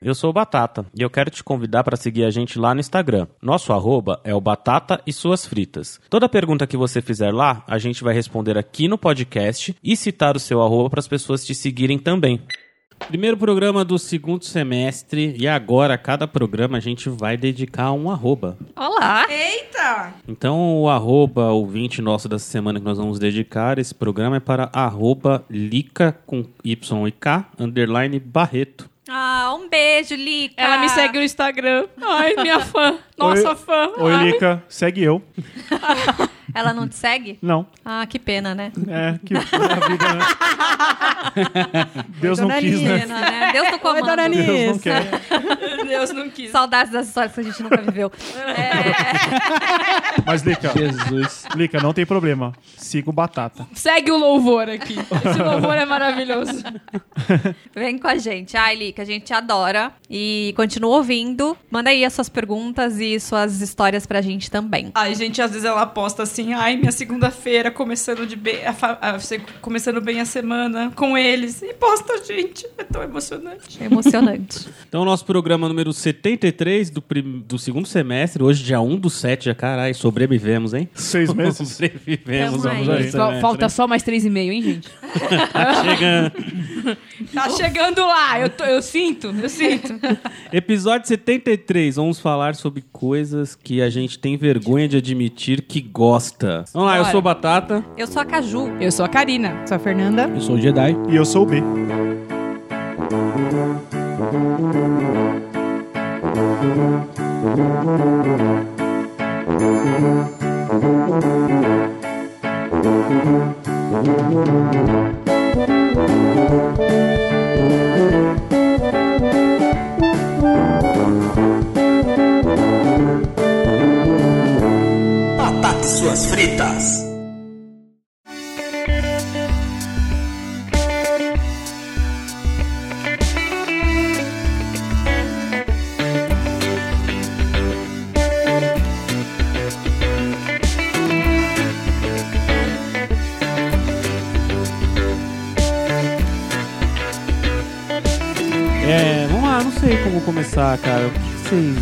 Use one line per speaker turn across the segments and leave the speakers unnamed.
Eu sou o Batata e eu quero te convidar para seguir a gente lá no Instagram. Nosso arroba é o Batata e Suas Fritas. Toda pergunta que você fizer lá, a gente vai responder aqui no podcast e citar o seu arroba para as pessoas te seguirem também. Primeiro programa do segundo semestre e agora cada programa a gente vai dedicar um arroba.
Olá!
Eita!
Então o arroba ouvinte nosso dessa semana que nós vamos dedicar esse programa é para arroba lica com y e k underline barreto.
Ah, um beijo, Lica.
Ela me segue no Instagram. Ai, minha fã. Nossa
Oi.
fã. Ai.
Oi, Lica, segue eu.
Ela não te segue?
Não,
Ah, que pena, né?
é que a vida, né? Deus não
Dona
quis, né?
Pena, né? Deus no
Oi, dona
comando.
Deus não
Nisso.
quer.
Deus não quis.
Saudades das histórias que a gente nunca viveu.
Mas, Lica,
Jesus.
Lica, não tem problema. Siga o Batata.
Segue o louvor aqui. Esse louvor é maravilhoso.
Vem com a gente. Ai, Lica, a gente te adora. E continua ouvindo. Manda aí as suas perguntas e suas histórias pra gente também.
Ai, gente, às vezes ela posta assim, ai, minha segunda-feira, começando, de bem, a fa- a se- começando bem a semana com eles. E posta, gente. É tão emocionante.
Emocionante.
Então, nosso programa número 73 do, prim... do segundo semestre, hoje dia 1 do 7, já caralho, sobrevivemos, hein?
Seis meses?
Sobrevivemos
Tamo
vamos
aí.
aí.
Só- falta só mais três e meio, hein, gente?
Chegando.
Tá chegando lá. Eu, tô- eu sinto, eu sinto.
Episódio 73, vamos falar sobre coisas que a gente tem vergonha de admitir que gosta. Vamos lá, eu
Bora.
sou o Batata.
Eu sou a Caju.
Eu sou a Karina.
Sou a Fernanda.
Eu sou o Jedi.
E eu sou o B.
Batata e suas fritas.
É, vamos lá, não sei como começar, cara. O que que vocês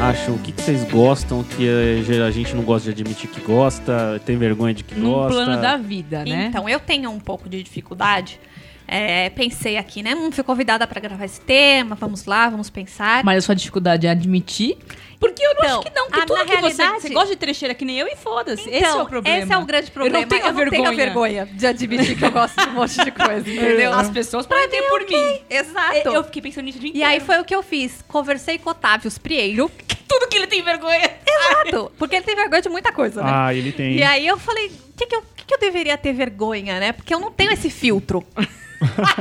acham? O que que vocês gostam que eh, ge- a gente não gosta de admitir que gosta, tem vergonha de que
Num
gosta?
plano da vida, né?
Então, eu tenho um pouco de dificuldade. É, pensei aqui, né? Hum, fui convidada pra gravar esse tema. Vamos lá, vamos pensar.
Mas a sua dificuldade é admitir. Porque eu não
Então,
acho que não,
ah,
que tudo
na
que você,
realidade-
você gosta de trecheira que nem eu e foda-se.
Então,
esse é o problema.
Esse é o grande problema.
Eu não tenho a vergonha.
vergonha de admitir que eu gosto de um monte de coisa, entendeu?
As pessoas podem
é
ter por mim.
Exato.
Eu- Eu fiquei pensando nisso o dia
E
inteiro.
aí foi o que eu fiz. Conversei com o Otávio Sprieiro.
tudo que ele tem vergonha.
Exato. Porque ele tem vergonha de muita coisa, né?
Ah, ele tem.
E aí eu falei, o que, que, eu- que que eu deveria ter vergonha, né? Porque eu não tenho esse filtro.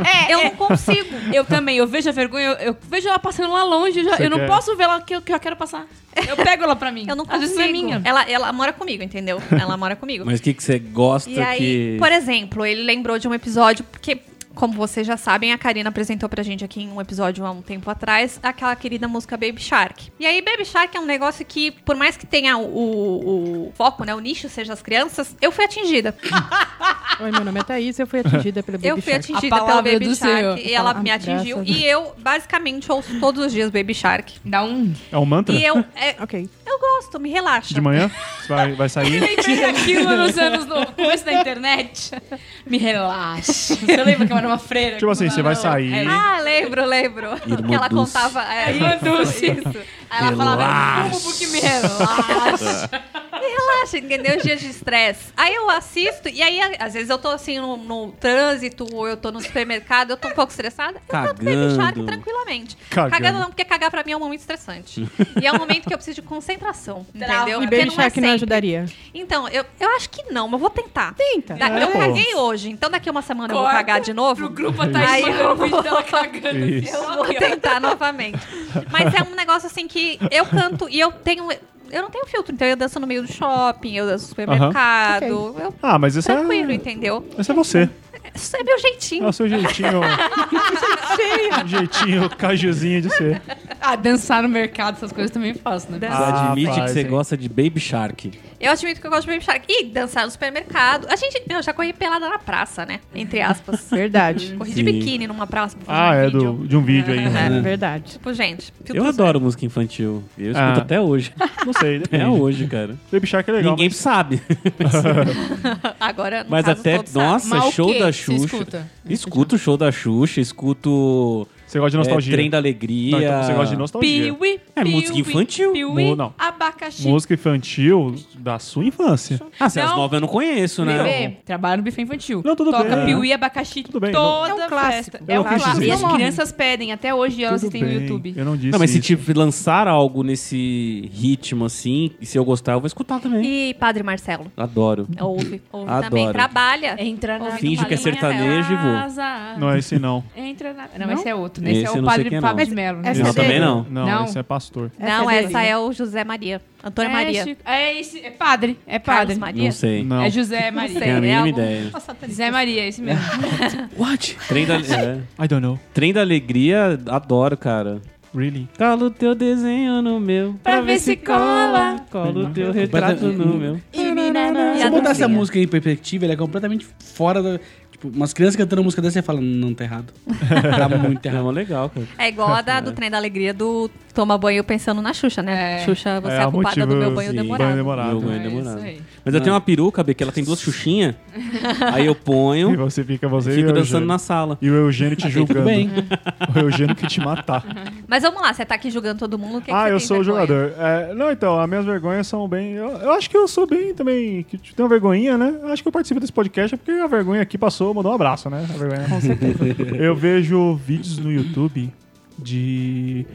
É,
eu não consigo.
Eu também, eu vejo a vergonha, eu, eu vejo ela passando lá longe, eu, já-
Você
eu não
quer?
posso ver ela que eu, que eu quero passar. Eu pego ela pra mim.
Eu não
Às
consigo.
vezes é minha.
Ela, ela mora comigo, entendeu? Ela mora comigo.
Mas o que, que você gosta
E aí,
que.
por exemplo, ele lembrou de um episódio, porque, como vocês já sabem, a Karina apresentou pra gente aqui em um episódio há um tempo atrás, aquela querida música Baby Shark. E aí, Baby Shark é um negócio que, por mais que tenha o, o- o foco, né, o nicho seja as crianças, eu fui atingida.
Oi, meu nome é Thaís. Eu fui atingida pelo Baby
eu fui
Shark.
atingida
A
pelo
palavra
Baby
do
Shark
Senhor.
e ela
Ah,
me atingiu.
graças a
E eu, basicamente, ouço todos os dias Baby Shark.
Dá um.
É um mantra?
E eu, é,
Ok.
eu gosto, me relaxa.
De manhã? Você Vai, vai sair?
Tira aquilo nos anos no começo da internet. Me relaxe. Você lembra que eu era uma freira?
Tipo assim, você vai sair.
Ah, lembro, lembro.
Irmã
que ela
Dulce.
contava. É,
Irmã Dulce.
Isso. Aí ela falava, como porque me relaxa. me relaxa, entendeu? Os dias de estresse. Aí eu assisto, e aí, às vezes, eu tô assim no, no trânsito, ou eu tô no supermercado, eu tô um pouco estressada. Eu canto Baby Shark
Cagando.
tranquilamente.
Cagando.
não, porque cagar pra mim é um momento estressante. e é um momento que eu preciso de concentração,
Trava.
entendeu?
E
Porque
Baby
não é
Shark não
sempre.
ajudaria.
Então, eu, eu acho que não, mas vou tentar.
Tenta.
Da-
É,
eu
pô.
caguei hoje, então daqui uma semana eu vou
Corta
cagar de novo.
Pro grupo a Thaís
Aí
mandou
eu
um vídeo dela cagando. assim,
Isso.
ó,
Vou
aqui, ó.
tentar novamente. Mas é um negócio assim que eu canto e eu tenho. Eu não tenho filtro, então eu danço no meio do shopping, eu danço no supermercado. Eu,
Ah, mas esse é,
Tá.
tranquilo, entendeu?
esse é você.
Isso é meu
É o
jeitinho.
seu jeitinho. jeitinho cajuzinho de ser.
Ah, dançar no mercado, essas coisas também faço, né?
Você
Ah,
admite que
faz,
você
hein?
gosta de Baby Shark.
Eu admito que eu gosto de baby shark. E dançar no supermercado. A gente, meu, já corri pelada na praça, né? Entre aspas.
Verdade.
Corri
Sim.
de biquíni numa praça pra fazer
Ah,
um
é
vídeo.
do, de um vídeo aí.
É,
né?
verdade.
Tipo, gente, filtro
eu
zero.
adoro música infantil. Eu escuto
Ah.
até hoje.
É.
Não sei, depende.
Até É hoje, cara.
Baby Shark é legal.
Ninguém sabe.
Agora, no
Mas
caso,
até.
todos sabem.
Nossa,
Mas o
show
quê
da
que
Xuxa.
você escuta?
Escuto o show da Xuxa, escuto.
mas Você gosta de nostalgia.
É, Trem da Alegria.
Não, então você gosta de nostalgia.
Piuí,
É
piuí,
música infantil.
piuí,
Mu- não.
abacaxi.
Música infantil da sua infância.
Ah, se é as
Não.
nove eu não conheço, né?
Bebê, trabalha no buffet infantil.
Não, tudo
Toca
bem.
piuí, abacaxi
Tudo bem,
toda
não- É um
festa.
clássico.
É
Eu
um
quis
clássico. E
dizer.
as crianças pedem. Até hoje elas
Tudo
assistem no
bem,
YouTube.
Eu não disse
Não, mas se
isso.
te lançar algo nesse ritmo assim, e se eu gostar, eu vou escutar também.
E Padre Marcelo.
Adoro.
Ouve. Ouve
Adoro.
também. Trabalha.
Entra na
Finge que é sertanejo e vou.
casa.
Não é esse não.
Entra na... Não, esse é outro. né?
Esse
Esse, é
eu
o
não sei
padre
quem é,
Fábio
não.
de Melo.
Mas
né?
não,
Esse é
também
dele.
não.
Não,
Não.
esse é pastor.
Não,
dele.
essa é o José Maria. Antônio Maria.
Chico. É esse. É padre. É padre.
Carlos Maria.
Não sei.
Não.
É um José Maria.
Tenho a
É
mínima
algum-
ideia.
José Maria, é esse mesmo.
What? Trem da, é.
I don't know.
Trem da Alegria, adoro, cara.
Really?
Colo teu desenho no meu.
Pra ver se cola.
Colo teu retrato no meu.
E
Se
a
eu botar essa
dancinha.
música em perspectiva, ela é completamente fora da. Tipo, umas crianças cantando música dessa, você fala, não, tá errado. Tá muito
É
errado.
mó legal, cara.
É igual a da, do trem da alegria do Toma Banho pensando na Xuxa, né?
É.
Xuxa, você é,
o
a culpada do meu banho
sim.
demorado.
Banho demorado.
Meu banho
É
demorado.
isso aí.
Mas eu tenho uma peruca, B, que ela tem duas xuxinhas. aí eu
E
ponho
você fica
e
você e
fico
o
dançando
Eugênio.
na Ah, sala.
E o Eugênio te
Até tudo
julgando.
bem.
O Eugênio que te matar.
Mas vamos lá, você tá aqui julgando todo mundo. o Que que
ah,
você
eu
tem
sou o
vergonha?
jogador. É, não, então, as minhas vergonhas são bem. Eu, eu acho que eu sou bem também. Que tipo, tem uma vergonhinha, né? Eu acho que eu participo desse podcast é porque a vergonha aqui passou, mandou um abraço, né? A vergonha. Com certeza. Eu vejo vídeos no YouTube de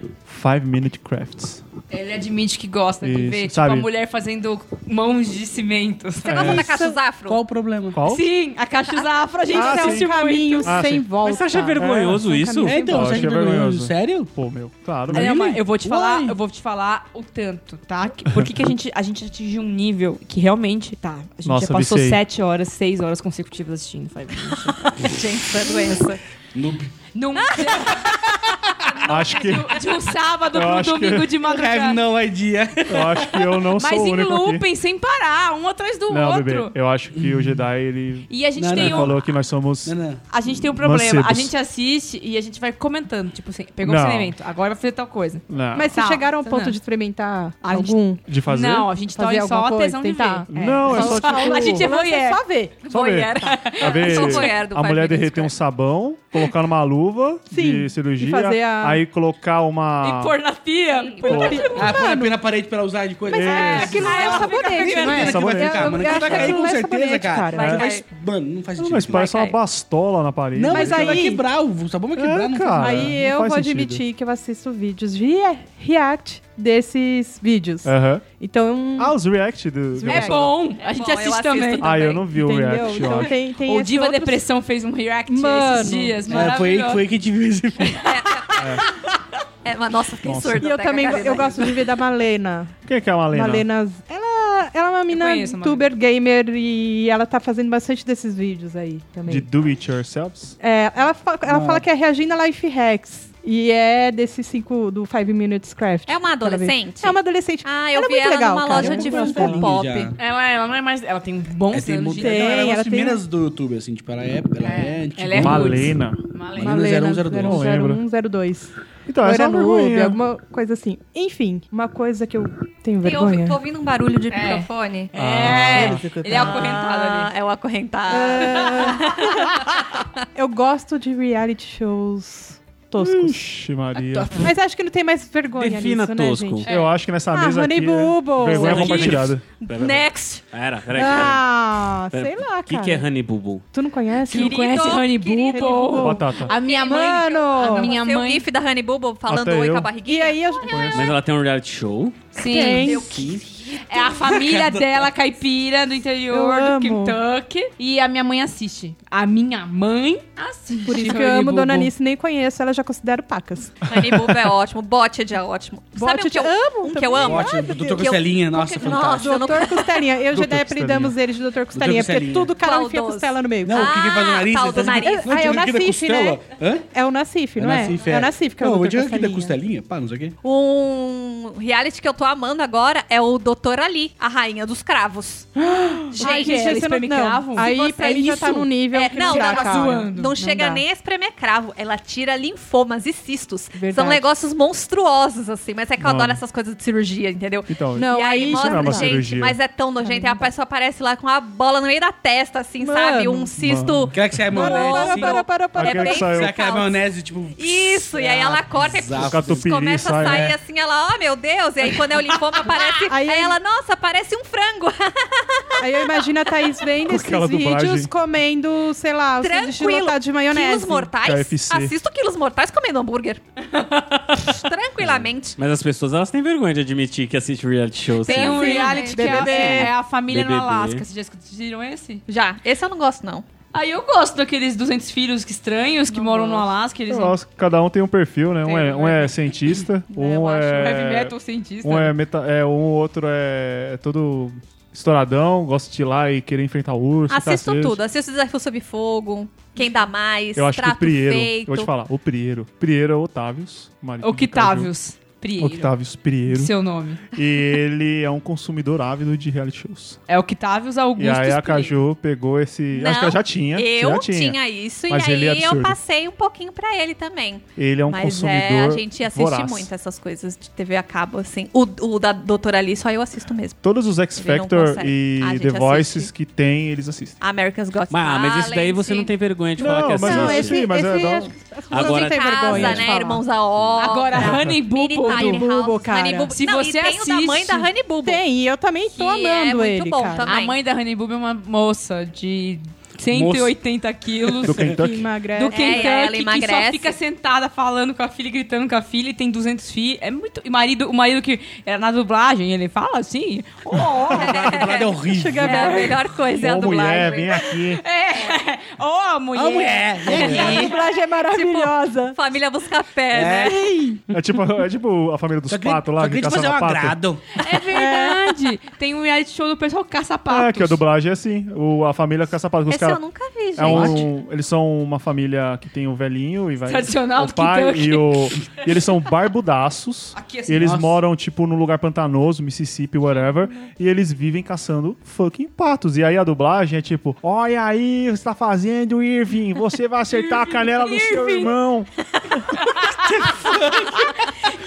5 Minute Crafts.
Ele admite que gosta de
Isso,
ver, tipo,
sabe?
a mulher fazendo mãos de cimento.
Você
É.
gosta da Cachos Afro?
Qual o problema?
Qual?
Sim, a caixa afro, a gente
Ah,
Esse
assiste
é um caminho
Ah,
sem
sim.
volta.
Mas você acha vergonhoso isso?
É,
Eu
então, você
acho
acha
que é vergonhoso.
vergonhoso? Sério?
Pô, meu, claro.
Olha,
Really?
mas eu vou te falar,
Why?
eu vou te falar o tanto, tá? Que- Porque que a gente, a gente atingiu um nível que realmente, tá, a gente
Nossa,
já passou
viciei.
sete horas, seis horas consecutivas assistindo Five Minutes.
Gente, isso é doença.
Noob.
Num,
Acho que,
de um sábado
Eu
pro
acho que-
domingo de
Have
madrugada.
no idea.
eu acho que eu não
Mas
sou o
em
único aqui.
looping, sem parar, um atrás do
Não,
outro.
bebê, eu acho que o Jedi, ele
E a gente
Não,
tem
não,
um...
falou que nós somos...
Não, não.
A gente tem um problema.
Mancebos.
A gente assiste e a gente vai comentando. Tipo assim, pegou
Não.
um elemento, agora vai fazer tal coisa.
Não.
Mas
Tá,
vocês chegaram ao
tá
ponto
não.
de experimentar
A gente-
algum?
né, De fazer?
Não, a gente tá
Fazer
em só
alguma
a
coisa,
tesão de
tentar?
ver.
Não, é só,
Só-
tipo...
A gente é
Você
voyeur.
só vê.
Só ver. A, ver,
Sou voyeur do
a
Five Minutes
mulher derreter um
Craft.
sabão, colocar numa luva
Sim,
de
e
cirurgia,
fazer a-
aí colocar
E
uma...
pôr na pia.
Ah, põe a pia na parede pra usar de coisa.
É.
Aquilo é um sabonete, não
Aquilo
é?
que vai
Sabonete.
ficar,
Eu-
mano. Aquilo
eu acho
Ah, então vai
que
cair
aquilo
com
é
certeza,
sabonete,
cara.
cara.
Vai
Não
cair.
faz- Mano, não faz
Não,
sentido.
Ah, mas parece uma
cair.
bastola na parede.
Não,
Mas
mas então vai
aí-
quebrar, o sabão vai quebrar,
É,
não
cara.
faz
Aí
não faz
eu vou
sentido.
admitir que eu assisto vídeos de re- react desses vídeos.
Aham.
Então, um
Ah, os react do... do
É
pessoal.
bom.
É
A gente
bom, eu
assiste
assisto
também.
também.
Ah, eu não vi o
entendeu?
react, eu
Então
acho.
tem, tem
O
esse
Diva
outro-
Depressão fez um react
Mano.
esses dias.
É, foi,
maravilhoso.
foi que te viu esse filme.
É, mas nossa, fiquei
Nossa.
surda.
E eu
até com a
também go-
cadeira
eu
aí.
gosto de ver da Malena.
Quem que é a Malena?
Malena, ela, ela é uma mina
conheço a Malena.
youtuber gamer e ela tá fazendo bastante desses vídeos aí também.
De Do It Yourselves?
É, ela fa- ela
Não.
fala que é reagindo a life hacks. E é desses cinco do Five Minutes Craft.
É uma
que ela vê.
adolescente?
É uma adolescente.
Ah, eu
Ela é
vi
muito
ela
legal,
numa
cara.
loja
Eu
de
gosto
Funko
dela.
Pop.
Já.
Ela, ela não é mais. Ela tem bons
É, tem
anos
muito.
de
Tem,
Não, ela é uma
ela
das
tem-
primeiras do YouTube, assim, tipo, ela é. Ela é. antiga.
Ela é
Malena.
Malena.
um
Malena
um
Malena
0102.
Não lembro.
0102.
Então, essa é
Loira
uma
noob,
vergonha.
alguma coisa assim. Enfim, uma coisa que eu tenho
Eu ouvi-
vergonha.
tô ouvindo um barulho de
É.
Ah,
microfone.
É. Ele é acorrentado
Ah,
ali.
é o acorrentado.
É. Ah, eu gosto de reality shows toscos.
Ixi, Maria.
Mas acho que não tem mais vergonha
Defina
nisso,
tosco.
né, gente?
Eu acho que nessa
Ah,
mesa
Honey
aqui
Bubble.
é vergonha
Aqui.
compartilhada.
Next.
Era, peraí.
Ah, sei lá, cara.
O que, que é Honey Boo Boo?
Tu não conhece?
Não conhece Honey
querido.
Bubble?
Batata.
A minha mãe.
Mano!
A minha
Você,
mãe-
o gif da Honey Bubble falando
Até
oi
eu.
com a
E
barriguinha.
aí eu...
Mas ela tem um reality show?
Sim.
Tem.
Eu queria.
É a família dela, caipira, do interior
Eu
do
amo.
Kentucky. E a minha mãe assiste. A minha mãe assiste.
Por isso que eu
Honey
amo Dona
Bubu.
Alice, nem conheço, ela já considero pacas.
Honey Boo é ótimo, Botted é ótimo. Sabe o que
Botted,
eu
é- amo
Um que
também.
eu amo?
é
Ótimo,
Deus.
doutor Costelinha, nossa,
Nossa,
fantástico.
eu não-
Doutor Costelinha. Eu já
Doutor
daí apelidamos ele de Doutor Costelinha, porque
Costelinha.
tudo cara
Qual
enfia
dos?
costela no meio.
Não, o que que faz o
Ah,
nariz?
pau
Ele
do
faz-
nariz.
Não,
Ah, é o
tira aqui da
Nassif,
costela. Hã?
É o Nassif, não é?
Nassif,
É o Nassif que é
Não,
o
eu
Doutor
digo aqui da
Costelinha.
costelinha, pá, não sei o quê.
Um reality que eu tô amando agora é o Doutor Ali, a rainha dos cravos.
Ai, gente,
eles
esse eu não-
premicravam?
não. Aí
Se você-
aí já tá
Isso.
num nível
É,
que
não,
não dá,
não,
cara.
zoando.
Não, chega
dá.
nem a espremer cravo, ela tira linfomas e cistos. São
Verdade.
negócios monstruosos, assim, mas é que eu
Não.
adoro essas coisas de cirurgia, entendeu?
Então,
Não,
e aí,
aí
mostra,
não é uma
gente,
cirurgia.
mas é tão nojento. E a pessoa aparece lá com a bola no meio da testa, assim,
Mano.
sabe? Um cisto.
Aquela que sai a maionese,
Para,
assim,
para, para, para.
Aquele
É
que
bem
saiu.
sai
falso.
aquela maionese, tipo...
Isso, e aí ela corta e
bizarro.
O catupiry
começa
sai,
a sair
né?
assim, ela, oh meu Deus, e aí quando é o linfoma aparece, aí,
Aí-
ela, nossa, parece um frango.
Aí eu imagino a Thaís vendo
Com
esses
aquela
vídeos
dublagem.
comendo, sei lá, o sanduíche
Tranquilo.
lotado de maionese.
Quilos mortais?
KFC.
Assisto quilos mortais comendo hambúrguer. Tranquilamente.
Mas as pessoas, elas têm vergonha de admitir que assiste reality assim. shows.
Tem um reality que é a,
BBB.
é a família no
BBB.
Alasca. Vocês já assistiram esse?
Já. Esse eu não gosto, não.
Aí eu gosto daqueles 200 filhos que estranhos que moram no Alasca. Eles não...
Nossa, cada um tem um perfil, né? Um é, um é cientista,
eu
um
acho
é.
heavy metal cientista.
Um
né?
é, meta, é um outro é todo estouradão, gosta de ir lá e querer enfrentar urso.
Assisto
cacete.
tudo. Assisto Desafio Sob Fogo, Quem Dá Mais,
Eu acho que o
Trato
Prieiro. Eu
Feito.
vou te falar, o Prieiro. Prieiro é o Otávios, marido de
Octavius.
Caju.
Prieiro.
Octávios Prieiro.
Seu nome.
E ele é um consumidor ávido de reality shows.
É Octavius Augusto.
E aí a Caju pegou esse. acho que ela já tinha.
Eu
já tinha.
isso
Mas
e
ele é
aí eu
absurdo.
passei um pouquinho pra ele também.
Ele é um
Mas
consumidor.
é, a gente assiste
voraz.
muito essas coisas de TV a cabo, assim. O, o da Doutora Ali, só eu assisto mesmo.
Todos os X
Ele não
Factor
consegue. Ah,
e
A gente
The Voices
assiste.
que tem, eles assistem.
America's Got
Mas, ah, mas esse
Talent,
daí você não tem vergonha de
Não,
falar que
mas
assiste.
eu
Não,
assisti,
esse,
mas é
esse
da-
acho que as pessoas
Agora-
não têm
Casa,
vergonha de
né?
falar.
Irmãos à obra.
Agora, Honey Boo
Mini
Boo.
Tiny
Boo
House,
Boo, cara.
Honey Boo.
Se
Não,
você
e tem o da mãe da
assiste-
Honey Boo. Boo.
Tem, e eu também
Que
tô
é
amando
muito
ele,
bom
cara.
também.
A mãe da Honey Boob é uma moça de 180 quilos.
Do
Que
Kentucky.
emagrece.
Do
É, e aí
Kentucky,
ela
que só
emagrece.
fica sentada falando com a filha, gritando com a filha, e tem 200 filhos. É muito. E marido, o marido que era na dublagem, ele fala assim. "Ó,
A dublada é horrível.
É a melhor coisa é a
Ô,
dublagem.
mulher, vem aqui.
Ó, a mulher.
A Ah, mulher. né?
A dublagem é maravilhosa.
Família busca pé, né?
É tipo, é tipo a família dos
Só queria,
patos lá,
só
que
queria te
caçava
fazer um
pato.
agrado.
É verdade. Tem um reality show do pessoal caça-patos.
É, que a dublagem é assim. O, a família caça pato. Os
Esse
caras
eu nunca vi, gente.
É um, eles são uma família que tem o velhinho e vai.
Tradicional
o
do
pai
Kentucky.
e o. E eles são barbudaços.
Aqui, assim,
e eles
nossa.
moram, tipo, num lugar pantanoso, Mississippi, whatever. E eles vivem caçando fucking patos. E aí a dublagem é tipo: Olha aí, você tá fazendo, Irving. Você vai acertar a canela do seu irmão.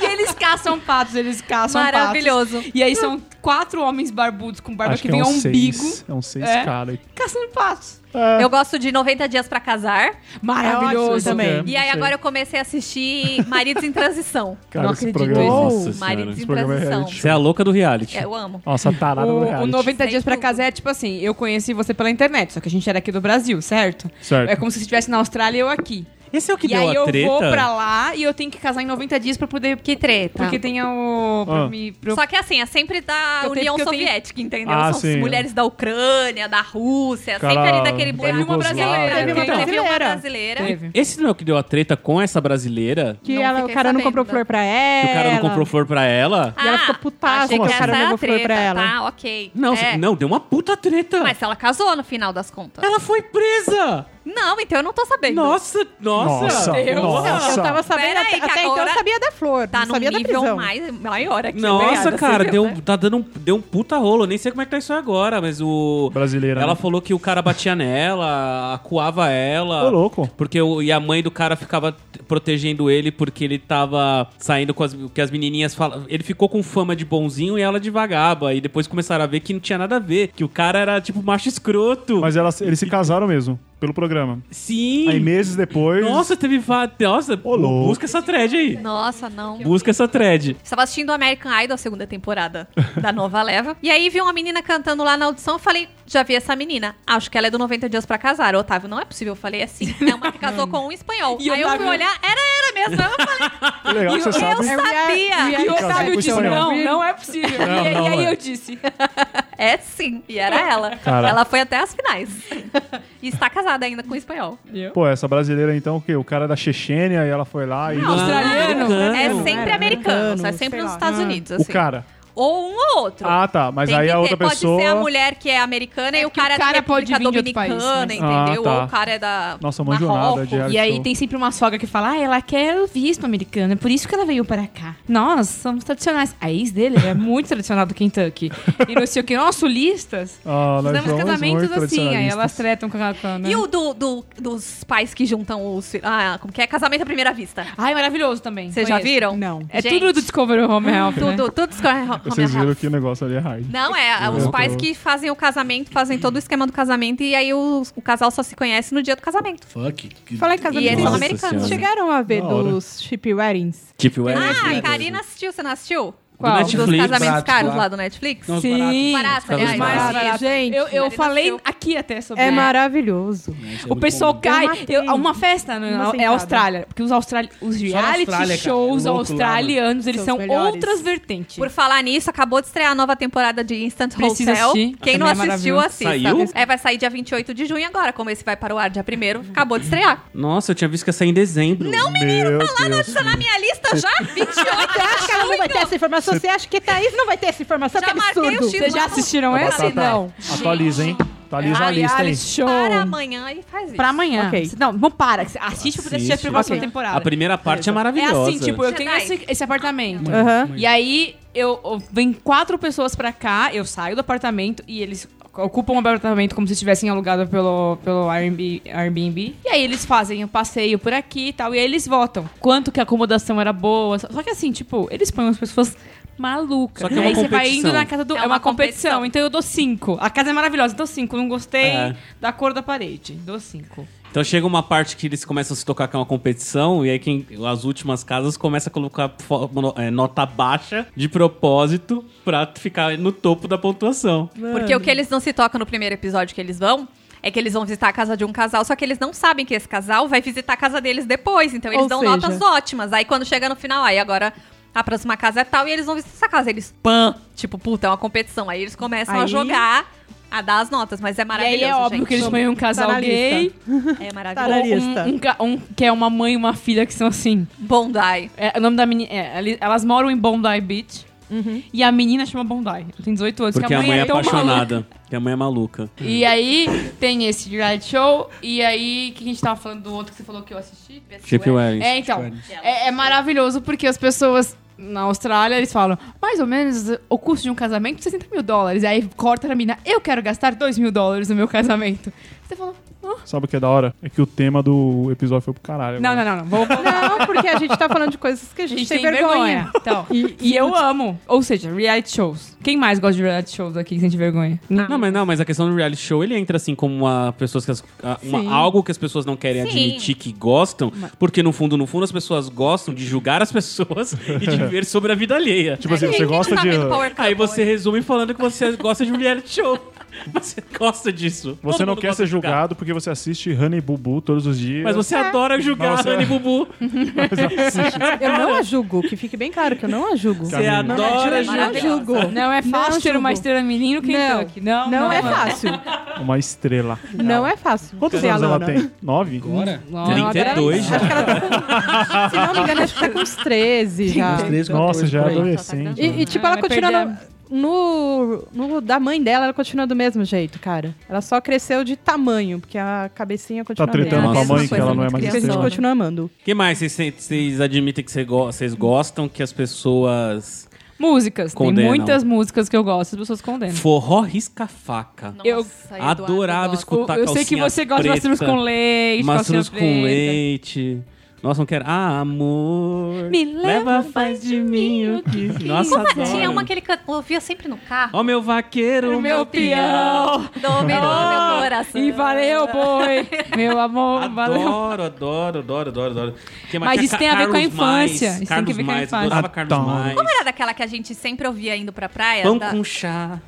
E eles caçam patos, eles caçam
Maravilhoso.
patos. E aí são quatro homens barbudos com barba
Acho
que,
que é
vem
um
ao umbigo,
seis. É um seis,
É.
cara.
caçando patos.
Eu gosto de 90 Dias pra Casar.
Maravilhoso.
também.
É,
E aí
não sei.
agora eu comecei a assistir Maridos em Transição.
Cara,
não
esse
acredito
programa. é
nisso.
Nossa
Maridos em
Esse programa é
Transição.
reality.
Você é a louca do reality.
É, eu amo.
Nossa, tarada do
O, o
reality.
90
Tem
dias pra
tudo.
casar é tipo assim, eu conheci você pela internet, só que a gente era aqui do Brasil, certo?
Certo.
É como se você estivesse na Austrália e eu aqui.
Esse é o que
e
deu
aí
a
eu
treta?
vou pra lá e eu tenho que casar em 90 dias pra poder...
Que treta.
Porque tem o... Pra
Ah.
me, pro-
Só que assim, é sempre da
Eu tenho-
União
porque eu tenho-
Soviética, entendeu?
Ah,
São
sim.
as mulheres da Ucrânia, da Rússia,
Cara,
sempre ali daquele
da
buraco.
Iugoslávia.
Teve uma
Então, teve uma
brasileira.
brasileira.
Teve.
Esse não é o que deu a treta com essa brasileira?
Que
Não
ela, o
fiquei
cara não
sabendo.
comprou flor pra ela.
Que o cara não comprou flor pra
Ah,
ela?
E ela ficou putaça
achei
que
essa
o cara
era
jogou
a
flor pra
treta,
ela.
Tá, ok.
Não,
É,
não, deu uma puta treta.
Mas ela casou no final das contas.
Ela foi presa!
Não, então eu não tô sabendo.
Nossa, nossa!
Nossa, nossa.
Eu tava sabendo,
Pera aí,
até,
que
até então
agora
eu sabia da flor,
Tá
não
num
sabia da
nível
prisão.
mais, maior aqui.
Nossa,
obrigada,
cara,
você
deu,
viu,
um-
né?
tá dando um, deu um puta rolo. Eu Nem sei como é que tá isso agora, mas o.
Brasileira,
Ela
né?
falou que o cara batia nela, acuava ela.
Ô, louco.
Porque o, e a mãe do cara ficava t- protegendo ele porque ele tava saindo com as, que as menininhas falam. Ele ficou com fama de bonzinho e ela de vagaba. E depois começaram a ver que não tinha nada a ver. Que o cara era tipo macho escroto.
Mas elas- eles se casaram mesmo, pelo programa.
Sim!
Aí meses depois.
Nossa, teve. va- Nossa,
Ô, louco.
busca essa thread aí.
Nossa, não.
Busca essa thread.
Estava assistindo American Idol, a segunda temporada da nova leva. E aí vi uma menina cantando lá na audição. Eu falei, já vi essa menina. Acho que ela é do 90 Dias pra Casar. Otávio, não é possível. Eu falei assim. É uma que casou com um espanhol.
E
aí eu fui
Otávio-
olhar, era, era mesmo. Eu falei,
Que legal que você
Eu-
sabe.
É,
eu sabia.
E eu,
Casar
sabe,
com
eu disse,
espanhol.
não, não é possível.
Não,
e, aí-
não
e aí
é.
eu disse,
É sim, e era ela.
Cara.
Ela foi até as finais. e está casada ainda com o espanhol.
Pô, essa brasileira então, o quê? O cara é da Chechênia e ela foi lá e.
Não, australiano.
Americano.
É
não,
sempre
era
americano,
americano,
é sempre
sei
nos
lá.
Estados
Ah.
Unidos,
o
assim.
cara.
Ou um ou outro.
Ah, tá. Mas
Tem
aí
que
a
ter-
outra pessoa.
Pode ser a mulher que é americana e
É
o
que o
cara, é da
cara pode
República
vir de outro país,
Dominicana,
né?
entendeu?
Ah, tá.
Ou o cara é da
Nossa, manjonada de
Marrocos.
reality
E aí
show.
tem sempre uma sogra que fala, ah, ela quer o visto americano, é por isso que ela veio para cá. Nós somos tradicionais. A ex dele é muito tradicional do Kentucky. E não sei o que, nós sulistas,
Ah, nós
fizemos
somos
casamentos
muito
assim, aí
tradicionalistas.
elas tretam com a... Com a né?
E o do, do- dos pais que juntam os... fi- Ah, como que é? Casamento à primeira vista.
Ai, maravilhoso também.
Vocês já
Conheço.
viram?
Não.
É
Gente, Ah,
tudo do Discovery Home Health, né?
Tudo, tudo escorre
Vocês viram que o negócio ali é hard.
Não, é, é os
Não,
pais
não.
que fazem o casamento, fazem todo o esquema do casamento e aí os- o, casal só se conhece no dia do casamento.
Fuck. Que-
Falar em casamento.
E eles são
Nossa Senhora.
americanos.
Chegaram a ver
Da hora.
dos ship weddings?
Tipo, ué,
Ah,
né?
a Karina assistiu, você não assistiu?
Qual?
Do
Dos
Netflix.
casamentos
Barato,
caros
lá.
lá do Netflix?
Não, os
Sim.
baratos.
Barato,
Os
aliás.
mais
isso.
baratos. Gente,
Eu, eu
Ele
falei
nasceu.
aqui até sobre
É
isso.
maravilhoso.
Isso é
O
muito
pessoal
bom.
Eu
cai.
matei.
eu- uma festa né,
Uma
é
sentada.
Austrália. Porque os, australi os
Só na
reality
Austrália, cara,
shows
é louco lá,
australianos, eles
São
são
os melhores.
outras vertentes.
Por falar nisso, acabou de estrear a nova temporada de Instant
Precisa
Hotel.
assistir.
Quem
Também
não
é
assistiu,
maravilhoso.
assista.
Saiu?
É, vai sair dia 28 de junho agora, como esse vai para o ar dia 1 acabou de estrear.
Nossa, eu tinha visto que ia sair em dezembro.
Não, menino,
Meu
tá lá
Deus.
na, tá na minha lista já? 28
Você acha que ela não vai ter essa informação? Você acha que Thaís não vai ter essa informação?
Já
que
marquei o
absurdo.
X.
Vocês já
Mano,
assistiram
A
essa?
batata-
Não.
Atualiza, hein? Atualiza a lista, hein?
reality show.
para amanhã e faz isso.
Pra amanhã.
Ok.
Não, não para. Assiste pra poder assistir a
Assiste.
primeira
Ok.
temporada.
A primeira parte é
É
maravilhosa.
assim, tipo, eu tenho
Jedi.
esse, esse apartamento.
Aham.
E aí, eu, eu- vem quatro pessoas pra cá, eu saio do apartamento e eles ocupam o apartamento como se estivessem alugado pelo, pelo Airbnb, Airbnb. E aí eles fazem o passeio por aqui e tal, e aí eles votam. Quanto que a acomodação era boa. Só só que assim, tipo, eles põem as pessoas malucas.
Só que é uma
aí você vai
competição.
indo na casa do...
É
É,
uma
uma competição.
competição.
Então eu dou cinco. A casa é maravilhosa, dou cinco. Não gostei
É.
da cor da parede. Dou cinco.
Então chega uma parte que eles começam a se tocar que é uma competição, e aí quem, as últimas casas começam a colocar fo- no- é, nota baixa de propósito pra ficar no topo da pontuação.
Porque o que eles não se tocam no primeiro episódio que eles vão é que eles vão visitar a casa de um casal, só que eles não sabem que esse casal vai visitar a casa deles depois. Então eles
Ou
dão
seja-
notas ótimas. Aí quando chega no final, aí agora a próxima casa é tal e eles vão visitar essa casa. Eles, pã! Tipo, puta, é uma competição. Aí eles começam a
Aí-
jogar, a dar as notas. Mas é
E
maravilhoso.
aí é óbvio
gente.
que eles põem um casal
na lista.
gay.
É
Tá na
maravilhoso.
lista.
Um, um ca- um que é uma mãe e uma filha que são assim.
Bondi.
Tipo
É, o nome da menina. é, ali- elas moram em Bondi Beach.
Uhum.
E a menina chama Bondi. Tem 18 anos.
Porque a mãe é
tão maluca.
apaixonada. Porque a mãe é maluca.
E aí tem esse reality show. E aí, o que a gente tava falando do outro que você falou que eu assisti?
Chip Wellings.
É, então. É, é maravilhoso porque as pessoas. Na Austrália, eles falam, mais ou menos o custo de um casamento é 60 mil dólares. Aí corta na mina, eu quero gastar 2 mil dólares no meu casamento. Você fala,
Sabe o que é da hora? É que o tema do episódio foi pro
É
caralho.
não,
agora.
não, não, não, vou,
Não, porque a gente tá falando de coisas que a
A
gente, tem, vergonha.
Então, e, e eu amo. Ou seja, reality shows. Quem mais gosta de reality shows aqui que sente vergonha?
Não, mas não, mas a questão do reality show, ele entra assim como uma pessoas que as- a- uma- algo que as pessoas não querem
Sim.
admitir que gostam, porque no fundo, no fundo, as pessoas gostam de julgar as pessoas e de ver sobre a vida alheia.
Tipo assim,
Quem-
você
quem
gosta
tá
de.
vendo Power Couple
Aí você
hoje?
resume falando que você gosta de um reality show. Mas Você gosta disso.
Você
Todo
não
mundo
quer
gosta
ser
de julgar.
julgado porque você assiste Honey Bubu todos os dias.
Mas você adora julgar
Nossa.
a Dani Bubu.
Eu não a julgo, que fique bem claro que eu não a julgo.
Você
Caramba.
adora
eu não
julgar.
a julgo.
Não é fácil
Não,
ter uma
Hugo.
estrela menino que
Não.
Kentucky. Não,
Não é fácil.
Uma estrela.
Não é fácil.
Quantos
ser
anos
a
ela
Lana.
tem? Nove?
Agora?
Não, agora ela-
32 já.
Se não me engano, acho que tá com uns 13 já.
Uns três,
Nossa,
quatorze,
já é
por aí.
adolescente.
E,
né?
e, tipo,
Ah,
ela
vai
continua
perder
no, no, no da mãe dela, ela continua do mesmo jeito, cara. Ela só cresceu de tamanho, porque a cabecinha
Tá
continua
tretando
dela.
com a
mesma
mãe que
coisa,
ela não é
muito
mais
Porque a gente
estrela.
continua amando.
O que mais vocês- vocês admitem que vocês go- vocês gostam que as pessoas...
Músicas.
Condenam.
Tem muitas músicas que eu gosto, as pessoas condenam.
Forró risca-faca.
Nossa,
Eu
Eduardo,
adorava
gosto.
escutar. Puta,
eu sei que
calcinha
você gosta de mastruz
preta.
com leite,
Mastruz
calcinha preta.
com leite. Nossa, não quero. Ah, amor.
Me leva,
faz de mim o que. Nossa,
Como
adoro.
tinha uma que ele can- ouvia sempre no carro?
Ó, meu vaqueiro,
O meu peão.
Dominou meu coração.
E valeu, boi. Meu amor, valeu.
Adoro, adoro, adoro, adoro, adoro. Que mais?
Mas
Tinha
isso
Ca-
tem a ver com a
Carlos
infância.
Mais,
Isso tem
Carlos
que ver com a
Mais,
infância. é
Adorava Carlos
Adoro.
Mais.
Não era daquela que a gente sempre ouvia indo pra praia?
Pão
Da-
com chá.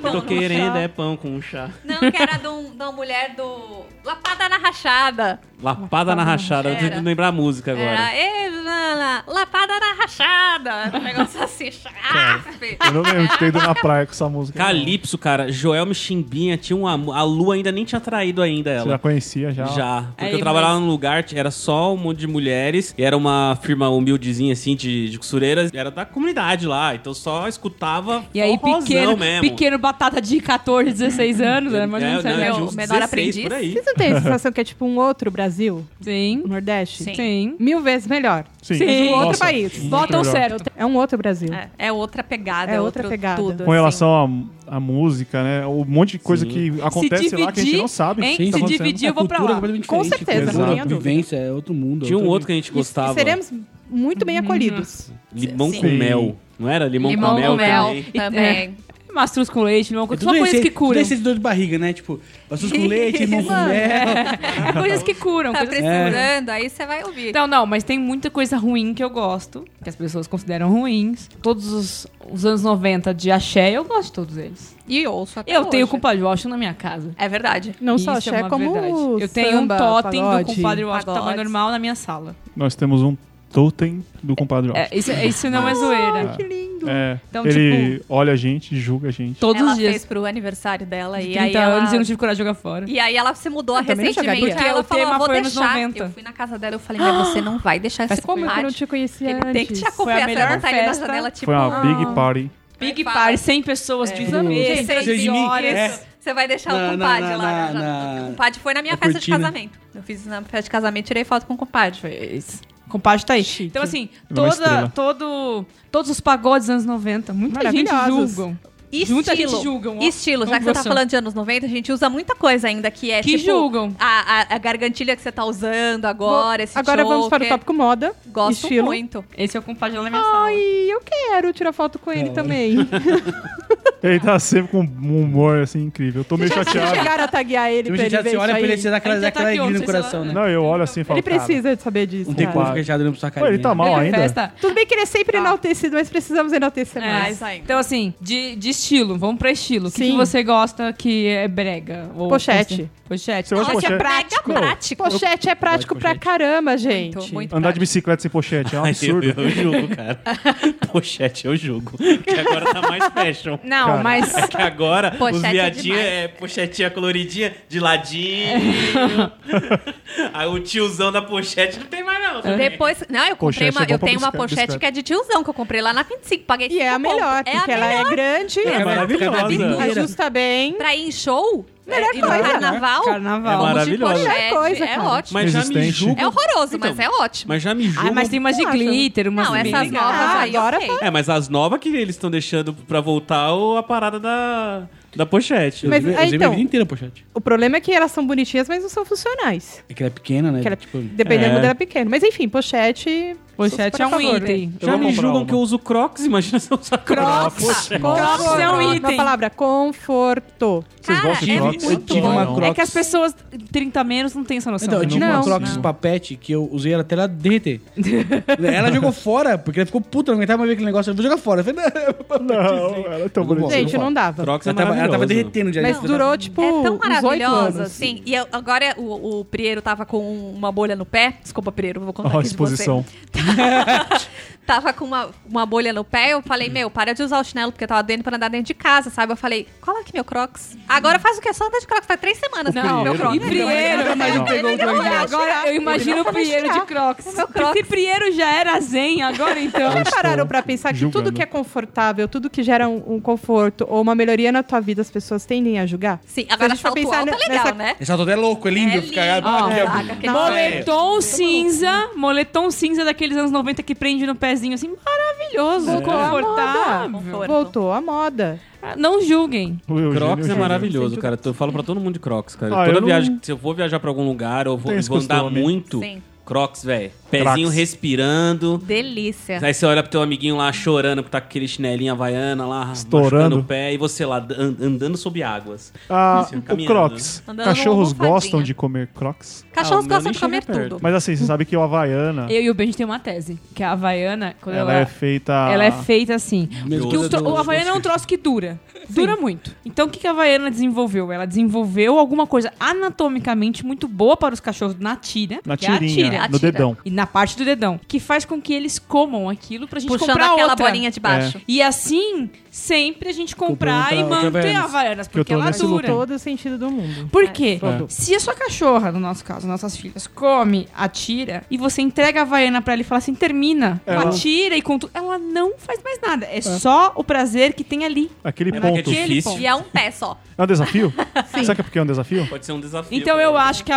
pão
Tô
no
querendo
chá.
é pão com chá.
Não, que era de, um, de uma mulher do... Lapada na rachada.
Lapada na rachada. Eu tô
Era.
tentando lembrar a
É,
música agora.
Era... "Ei, Lana, lapada na rachada. Era Um negócio assim, Ah, chafe.
Eu não lembro de ter ido na praia com essa música.
Calypso, cara. Joel Michimbinha tinha um amor. A lua ainda nem tinha traído ainda
Você já
ela.
conhecia já?
Já. Porque
Aí,
eu trabalhava num lugar, era só um monte de mulheres, e era uma firma humildezinha, assim, de, de costureiras, era da comunidade lá, então só escutava
E aí,
forrozão
pequeno,
mesmo.
pequeno batata de 14, 16 anos, né? Mas
É,
não sei.
eu
assim.
meu,
tinha uns
menor
16
aprendiz.
por aí.
Vocês não têm a sensação que é tipo um outro Brasil?
Sim.
O Nordeste?
Sim.
Sim.
Mil vezes melhor.
Sim.
Sim.
Um outro
Nossa,
país.
muito
Votam
melhor.
certo.
É um outro Brasil.
É, é outra pegada.
É
É
outra
outra
pegada.
Tudo,
Com
assim.
relação à, à música, né? Um monte de coisa que acontece lá que a gente não sabe.
hein?
o que tá
se
acontecendo.
dividir, eu vou pra
Cultura é
lá.
completamente
Com
diferente,
certeza,
não
cultura,
tenha dúvida.
vivência, é outro mundo.
Tinha um
outra
outro que a gente
E- E
gostava.
seremos muito
Uhum.
bem acolhidos.
Limão
Sim.
com mel. Não era? Limão,
Limão
com mel.
com mel
também.
É, também. Tá
Mastruz com leite, não...
É
só
tudo
coisas
esse-
que curam.
Tudo esse de dor de barriga, né? Tipo, passos com leite, irmão com
Mano,
mel.
coisas que curam.
Tá
coisas que-
precisando, aí você vai ouvir.
Não, não, mas tem muita coisa ruim que eu gosto, que as pessoas consideram ruins. Todos os, os anos 90 de axé, eu gosto de todos eles.
E ouço até
Eu tenho o
hoje.
compadre Washington na minha casa.
É verdade.
Não só
Isso
axé,
uma
como
verdade. Eu tenho um
samba,
totem do
pagode.
compadre Washington
Pagode.
tamanho normal né? na minha sala.
Nós temos um totem do compadre Rock.
É, isso, isso não é zoeira.
Que lindo.
É,
Então,
ele olha a gente, julga a gente.
Todos
ela
os dias.
fez pro aniversário dela
De
e
30
aí
anos
ela...
e eu não tive coragem de jogar fora.
E aí ela se mudou
também não
recentemente,
jogaria.
aí ela
Porque o
falou,
tema
"Ah, vou
foi anos
deixar.
90.
Eu fui na casa dela, eu falei, mas você não vai deixar esse
Mas como eu não
chocolate.
te conhecia
Ele tem que te
antes?
Foi
acompanhar,
a
você
melhor
vai botar ele na
festa.
janela, tipo...
Foi uma big party.
Big
Aí fala,
Party, 100 pessoas,
É.
19
Gente,
Seis
seis
de mim,
horas.
é.
Isso. Você vai deixar
Na-
o compadre
na-
lá. já-
na- na-
o compadre foi na minha
na
festa
cortina.
de casamento. Eu fiz na festa de casamento, tirei foto com o compadre.
Fez. Compadre tá aí. Então, assim, toda,
é estrela.
todo, todos os pagodes dos anos 90, muita gente
Maravilhosos.
julgam.
E
Muita gente
estilo.
julgam, ó.
Estilo, já
Vamos
que você tá
você.
falando de anos 90, a gente usa muita coisa ainda que é
Que
tipo
julgam.
A, a- a gargantilha que você tá usando agora, esse
Agora vamos para o
é
choker.
tópico moda.
Gosto
estilo.
muito.
Esse é o compadre lá na minha
Ai,
sala.
eu quero tirar foto com ele também.
Ele tá sempre com um humor assim incrível. Eu tô meio
Vocês
chateado.
chegaram a taguear ele
Tem
pra
gente
ele
já
ver
se olha pra ele,
isso
você
aí.
dá aquela,
Ainda
dá
tá
aquela
aqui,
alegria
ó,
no
sei lá.
coração, né?
Não, eu olho assim e falo.
Ele
cara,
precisa de saber disso,
Não Um tem como
cara.
ficar chateado olhando pra sua
Pô,
carinha.
ele tá mal
Melhor
ainda?
festa.
Tudo bem que ele é sempre
Tá.
enaltecido, mas precisamos enaltecer
É.
mais.
Mas ainda.
Então, assim, de, de estilo, vamos pra estilo. O que,
Sim.
que você gosta que é brega? Ou assim.
Pochete.
Pochete.
Você gosta de
Nossa,
pochete?
é prático.
Meu,
tipo,
prático.
Pochete é prático
Pode,
pra
pochete.
caramba, gente.
Muito, muito
Andar
prático.
de bicicleta sem pochete é um
Ai, eu,
absurdo.
eu julgo, cara. Pochete, eu julgo. Que agora tá mais fashion.
Não,
Ah, Cara.
mas.
É que agora
Pochete
os
é
viadinhos
demais.
é, pochetinha coloridinha, de ladinho. Aí o tiozão da pochete não tem mais, não.
Depois, não, eu comprei
Pochete
uma,
é bom
eu
pra
tenho uma
bicicleta,
pochete que é de tiozão que eu comprei lá na 25, paguei
E é a
cinco
melhor,
conto.
porque
é a
ela
melhor.
é grande,
É maravilhosa.
ajusta bem.
Pra ir em show?
Melhor
e no
coisa, né?
carnaval?
É
Carnaval.
maravilhoso. maravilhosa.
Pochete,
Melhor coisa,
é
cara.
ótimo.
Mas já me
Resistente.
julgo.
É horroroso,
Então,
mas é ótimo.
Mas já me julgo.
Ah, mas tem umas de
Eu acho.
glitter, umas
Não,
bem
essas
legais.
novas
Ah,
aí,
agora
ok.
É, mas as novas que eles estão deixando pra voltar ou a parada da, da pochete.
Eu
Mas,
usei-
ah,
eu usei minha
então.
vida inteira, pochete.
O problema é que elas são bonitinhas, mas não são funcionais.
É que ela é pequena, né?
Que ela-
Tipo,
Dependendo
É.
do dela pequeno. Mas enfim, pochete.
Pochete
por
é um
favor,
item.
Eu
Já
vou
me
comprar
julgam
uma.
que eu uso Crocs, imagina se eu usar Crocs.
velho.
Crocs
Conforto.
é um
Uma
item.
palavra, conforto.
Vocês
Cara,
gostam de
é
Crocs?
muito
Eu tive bom. uma
Não.
Crocs.
É que é as pessoas 30 menos não têm essa noção.
Então, eu tive uma
Não.
Crocs
Não.
papete que eu usei ela até ela derreter. ela jogou fora, porque ela ficou puta, não aguentava mais ver aquele negócio. Eu vou jogar fora. Eu falei, não, é
Não,
papetezinho.
ela é tão
Eu vou
bonitinha.
botar.
Gente, não dava.
Crocs é
Ela tava, ela tava
maravilhoso.
derretendo já. né?
Mas
isso.
durou, tipo,
é tão
uns oito
maravilhosa,
anos.
assim. E eu- agora o, o Prieiro tava com uma bolha no pé. Desculpa, Prieiro, vou contar
Ó,
aqui
exposição.
de você. Tava com uma, uma bolha no pé. Eu falei, meu, para de usar o chinelo, porque eu tava dentro pra andar dentro de casa, sabe? Eu falei, cola aqui meu Crocs. Agora faz o que? Só andar de Crocs. Faz três semanas que eu uso meu
Prieiro-
Crocs.
E Prieiro,
Mas não pegou o jogo.
agora eu imagino o Prieiro de Crocs. Se Prieiro já era zen, agora então.
Já pararam pra pensar que
julgando.
tudo que é confortável, tudo que gera um, um conforto ou uma melhoria na tua vida, as pessoas tendem a julgar?
Sim,
Se a
agora
gente for
salto
pensar
alto é
ne-
legal,
nessa-
né?
Essa toda é louco, é lindo.
É
fica
lindo,
aqui, ó.
saca, aquele pé.
Moletom cinza, moletom cinza daqueles anos 90 que prende no pezinho, assim, maravilhoso, confortável.
Conforto.
Voltou à moda.
Ah, Não julguem.
O Eugênio
Crocs é
Júnior.
maravilhoso, cara. Eu falo pra todo mundo de Crocs, cara.
Ah,
Toda
eu não-
viagem, que- se eu vou viajar pra algum lugar ou vou,
Tem esse
vou andar
costume.
muito,
Sim.
Crocs, velho. Pezinho
Crocs.
respirando.
Delícia.
Aí você olha pro teu amiguinho lá chorando porque tá com aquele chinelinho havaiana lá,
Estourando.
machucando o pé, e você lá an- andando sob águas.
Ah,
Assim,
o
caminhando.
Crocs.
Andando
Cachorros
almofadinha.
gostam de comer Crocs.
Cachorros
Ah, o meu
gostam
nem
de comer
chega perto.
tudo.
Mas assim, você sabe que o Havaiana,
Eu e o Ben a gente tem uma tese, que a Havaiana, quando
ela é feita...
Ela é feita assim.
Meu
Porque o,
Deus
tro-
do
o Havaiana é um
céu.
troço que dura.
Dura muito. Então o que, que a Havaiana desenvolveu? Ela desenvolveu alguma coisa anatomicamente muito boa para os cachorros na tira.
Na
que é a
tirinha,
tira.
no
atira.
dedão.
E na parte do dedão. Que faz com que eles comam aquilo pra gente
Puxando
comprar
aquela
outra.
bolinha de baixo.
E assim, sempre a gente comprar
Comprando
e
outra- outra
manter a
Havaianas.
Havaianas,
Que eu
porque
tô
ela
nesse
dura.
Todo o sentido do mundo.
Por quê?
É.
Se a sua cachorra, no nosso caso, nossas filhas, come, atira, e você entrega a Havaiana pra ela e fala assim, termina, com
Ela-
a atira e com tudo, ela não faz mais nada. É, só o prazer que tem ali.
Aquele
Caraca,
ponto.
é difícil.
E é um pé só.
É um desafio? Será que é porque é um desafio?
Pode ser um desafio.
Então eu acho que a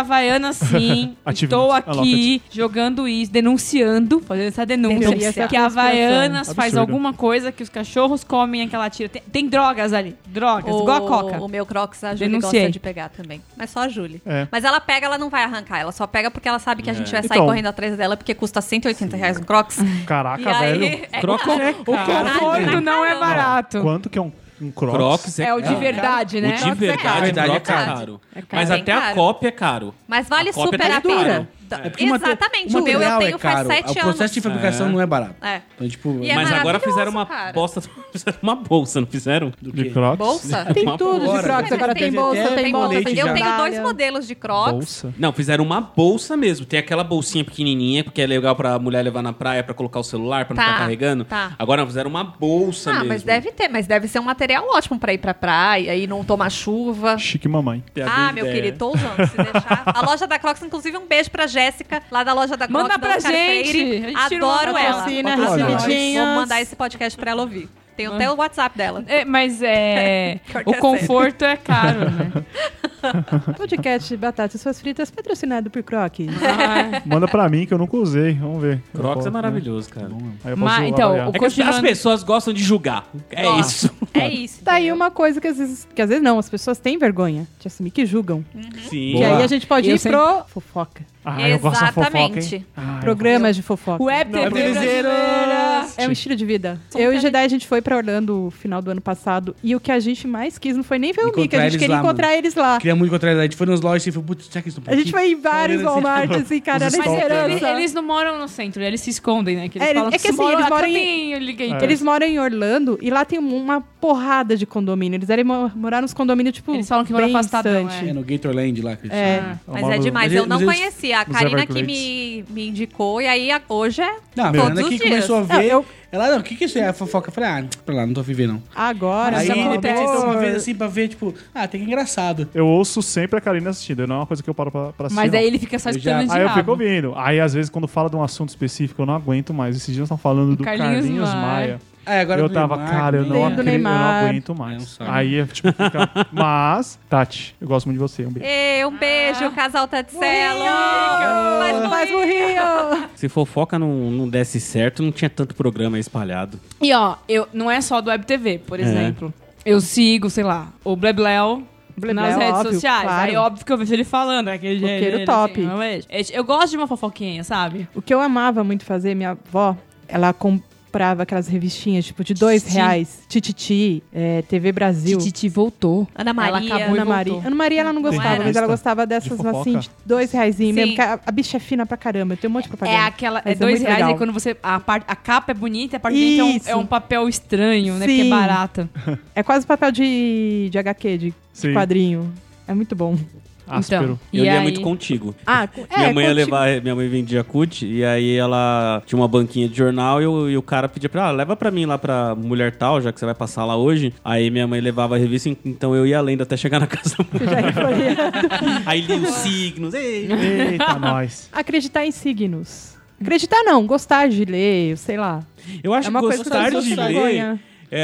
Havaiana, sim,
Ativismo.
estou
Ah, lá,
aqui jogando isso, denunciando, fazendo essa denúncia,
Denúncia.
que a Havaianas faz
Absurdo.
alguma coisa que os cachorros comem aquela tira. Tem, tem drogas ali, drogas,
O,
igual a coca.
o meu Crocs, a Julie
Denunciei.
gosta de pegar também. Mas só a Julie.
É.
Mas ela pega, ela não vai arrancar. Ela só pega porque ela sabe que a gente vai sair
Então.
correndo atrás dela porque custa 180 reais um Crocs.
Caraca,
e aí...
velho.
É,
Crocs é
O conforto não é barato.
Quanto que é um, um crocs?
Crocs
É o de verdade, né?
O de verdade,
verdade é
Crocs é
caro.
caro.
É caro.
Mas
Bem
até a
caro.
cópia é caro.
Mas vale
A cópia
super
tá
a pena.
dura.
Da-
É porque o mate-
Exatamente. O meu eu
material
tenho
é
faz
caro,
sete
O
anos.
processo de fabricação não é barato.
É.
Então, tipo,
E é
Mas agora
maravilhoso,
fizeram uma
cara.
bosta, fizeram uma bolsa, não fizeram?
do
De
quê?
crocs?
Bolsa?
É,
Tem
Uma
tudo
boa.
de
Agora,
Crocs. Agora tem
teve
bolsa,
até
tem bolsa,
colete
tem
Eu tenho
sandália.
dois modelos de Crocs.
Bolsa?
Não, fizeram uma bolsa mesmo. Tem aquela bolsinha pequenininha, porque é legal pra mulher levar na praia pra colocar o celular, pra não
Tá,
ficar carregando.
tá.
Agora não, fizeram uma bolsa
Ah,
mesmo.
mas deve ter, mas deve ser um material ótimo pra ir pra praia e não tomar chuva.
Chique mamãe.
Ah, meu querido, tô usando, se deixar. A loja da Crocs, inclusive, um beijo pra Jéssica, lá da loja da Crocs.
Manda
da
pra
Oscar
gente.
Freire.
A gente tira uma
Adoro ela.
patrocina,
Adoro.
recebidinhas.
Vou mandar esse podcast pra ela ouvir. Tem até o WhatsApp dela.
É, mas é.
Pior que
o
é
conforto é caro, né?
Podcast Batatas Suas Fritas, patrocinado por Crocs.
Manda pra mim que eu nunca usei. Vamos ver. Eu
Crocs
posso,
é
né?
maravilhoso, cara.
Aí eu posso
Mas, então,
avaliar.
o
É que as- as
Continuando.
pessoas gostam de julgar. É
Ó,
isso.
É isso.
Tá aí
entendeu?
uma coisa que às vezes. Que às vezes não, as pessoas têm vergonha de assumir que julgam.
Sim.
Que
Boa.
aí a gente pode
Eu
ir
sempre-
pro fofoca.
Ah, eu gosto da fofoca, hein?
Exatamente.
Ah, eu
Programas de fofoca.
Web
É
TV
brasileiro.
brasileira.
É um estilo de vida. eu e o Jedi, a gente foi pra Orlando no final do ano passado. E o que a gente mais quis não foi nem ver o Mickey.
Encontrar
A
eles
gente queria
lá,
encontrar eles lá.
Queria muito encontrar ele. A gente foi nos lojas e falou, putz, será que eles estão por
A gente
aqui?
foi em vários
Olhando assim,
Walmart, assim, cara,
Os
na
stalkers, né?
esperança.
Eles não moram no centro, eles se escondem, né? Que eles
É, eles-
falam
é que assim, eles moram em-
em...
É. Eles moram em Orlando e lá tem uma porrada de condomínio. Eles eram mo- morar nos condomínios, tipo.
Eles falam que moram
bem
afastadão,
distante.
É, no Gatorland lá, que eles
É.
chamam.
um-
Mas
Uma-
é demais,
Mas
eu não
eles-
conhecia. A
os
Karina que me,
Everglades.
me indicou, e aí a- hoje é
Não, a
todos
Fernanda
os
que
dias.
começou a
Não,
ver.
eu-
Ela, não, o que que isso é? A fofoca. Eu falei, ah, pra lá, não tô a viver, não.
Agora,
Aí
é
já
depois
acontece.
eles estão uma vez assim pra ver, tipo, ah, tem que engraçado.
Eu ouço sempre a Karina assistindo, não é uma coisa que eu paro pra, pra assistir.
Mas
não.
aí ele fica só
Eu já-
esperando
Aí
o
eu
diabo.
fico ouvindo. Aí, às vezes, quando fala de um assunto específico, eu não aguento mais. Esses dias estão falando do
Carlinhos
Carlinhos,
Maia.
Maia.
Ah, agora
eu
do
tava,
Neymar,
cara, eu
né?
não,
Tem do
acredito, eu não
Neymar.
aguento
É um
mais.
saco.
aí, eu, tipo, fica... Mas, Tati, eu gosto muito de você. Um beijo.
Ê, um beijo,
Ah.
casal Tatselo. Mas
Faz burrinho!
Se fofoca não, não desse certo, não tinha tanto programa aí espalhado.
E ó, eu, não é só do Web TV, por exemplo. Eu sigo, sei lá, o Blebleu.
Blebleu,
nas redes
óbvio,
sociais.
claro.
Aí óbvio que eu vejo ele falando, é aquele
Roqueiro
jeito dele,
top.
assim, eu vejo. É, eu gosto de uma fofoquinha, sabe?
O que eu amava muito fazer, minha avó, ela comprava aquelas revistinhas, tipo, de dois
Tititi.
reais. Tititi, é, TV Brasil.
Tititi voltou.
Ana Maria.
acabou
Ana
voltou.
Maria. Ana Maria ela não gostava,
era.
mas ela gostava dessas
fofoca?
assim, de dois reais
Sim.
mesmo. Que a, a bicha é fina pra caramba. Eu tenho um monte de propaganda.
É aquela.
Mas
é dois
muito
reais
legal.
aí quando você. A, parte a capa é bonita, a parte de dentro
Isso.
é um, é um papel estranho, né? Porque é
Sim.
barata.
É quase papel de, de HQ, de, de
Sim.
quadrinho. É muito bom.
Áspero.
E
eu lia
aí-
muito contigo.
Ah,
é,
minha mãe ia levar, minha mãe vendia cut e aí ela tinha uma banquinha de jornal e, o- e o cara pedia pra ela, "Ah, leva pra mim lá pra mulher tal, já que você vai passar lá hoje. Aí minha mãe levava a revista, en- então eu ia lendo até chegar na casa da mulher. aí lia os signos, ei.
Eita, nós.
Acreditar em signos. Acreditar não, gostar de ler, sei lá.
Eu acho
É uma
que
coisa que
gostar
as pessoas
de
têm
ler
vergonha.
é,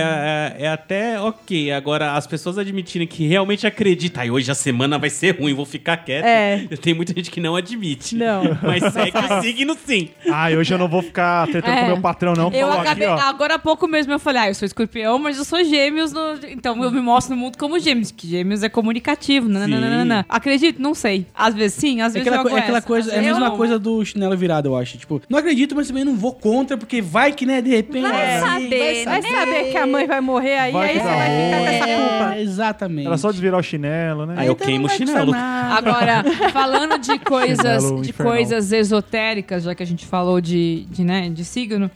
é- é até ok. Agora, as pessoas admitirem que realmente acreditam, ai, hoje a semana vai ser ruim, vou ficar quieto.
É.
Tem muita gente que não admite.
Não.
Mas segue o signo sim.
Ai, hoje eu não vou ficar tentando
É.
com meu patrão, não.
Eu
Falou
acabei.
aqui, ó.
agora há pouco mesmo eu falei, ah, eu sou escorpião, mas eu sou gêmeos. no- então eu me mostro no mundo como gêmeos, que gêmeos é comunicativo. Nananana. Acredito? Não sei. Às vezes sim, às
É
vezes
aquela,
eu
co-
aguento.
é aquela coisa, é a
Eu
mesma
não.
coisa do chinelo virado, eu acho. Tipo, não acredito, mas também não vou contra, porque vai que, né, de repente.
Vai
É.
saber,
Vai
né?
saber, que a mãe vai morrer aí,
Vai
aí
que
você
dá
vai ficar com essa culpa.
É, exatamente.
Era só desvirar o chinelo, né?
Aí eu
Então
queimo o
não vai custar
chinelo.
nada.
Ah. Agora, falando de coisas,
Chinelo
de
infernal.
coisas esotéricas, já que a gente falou de, de, né, de signo,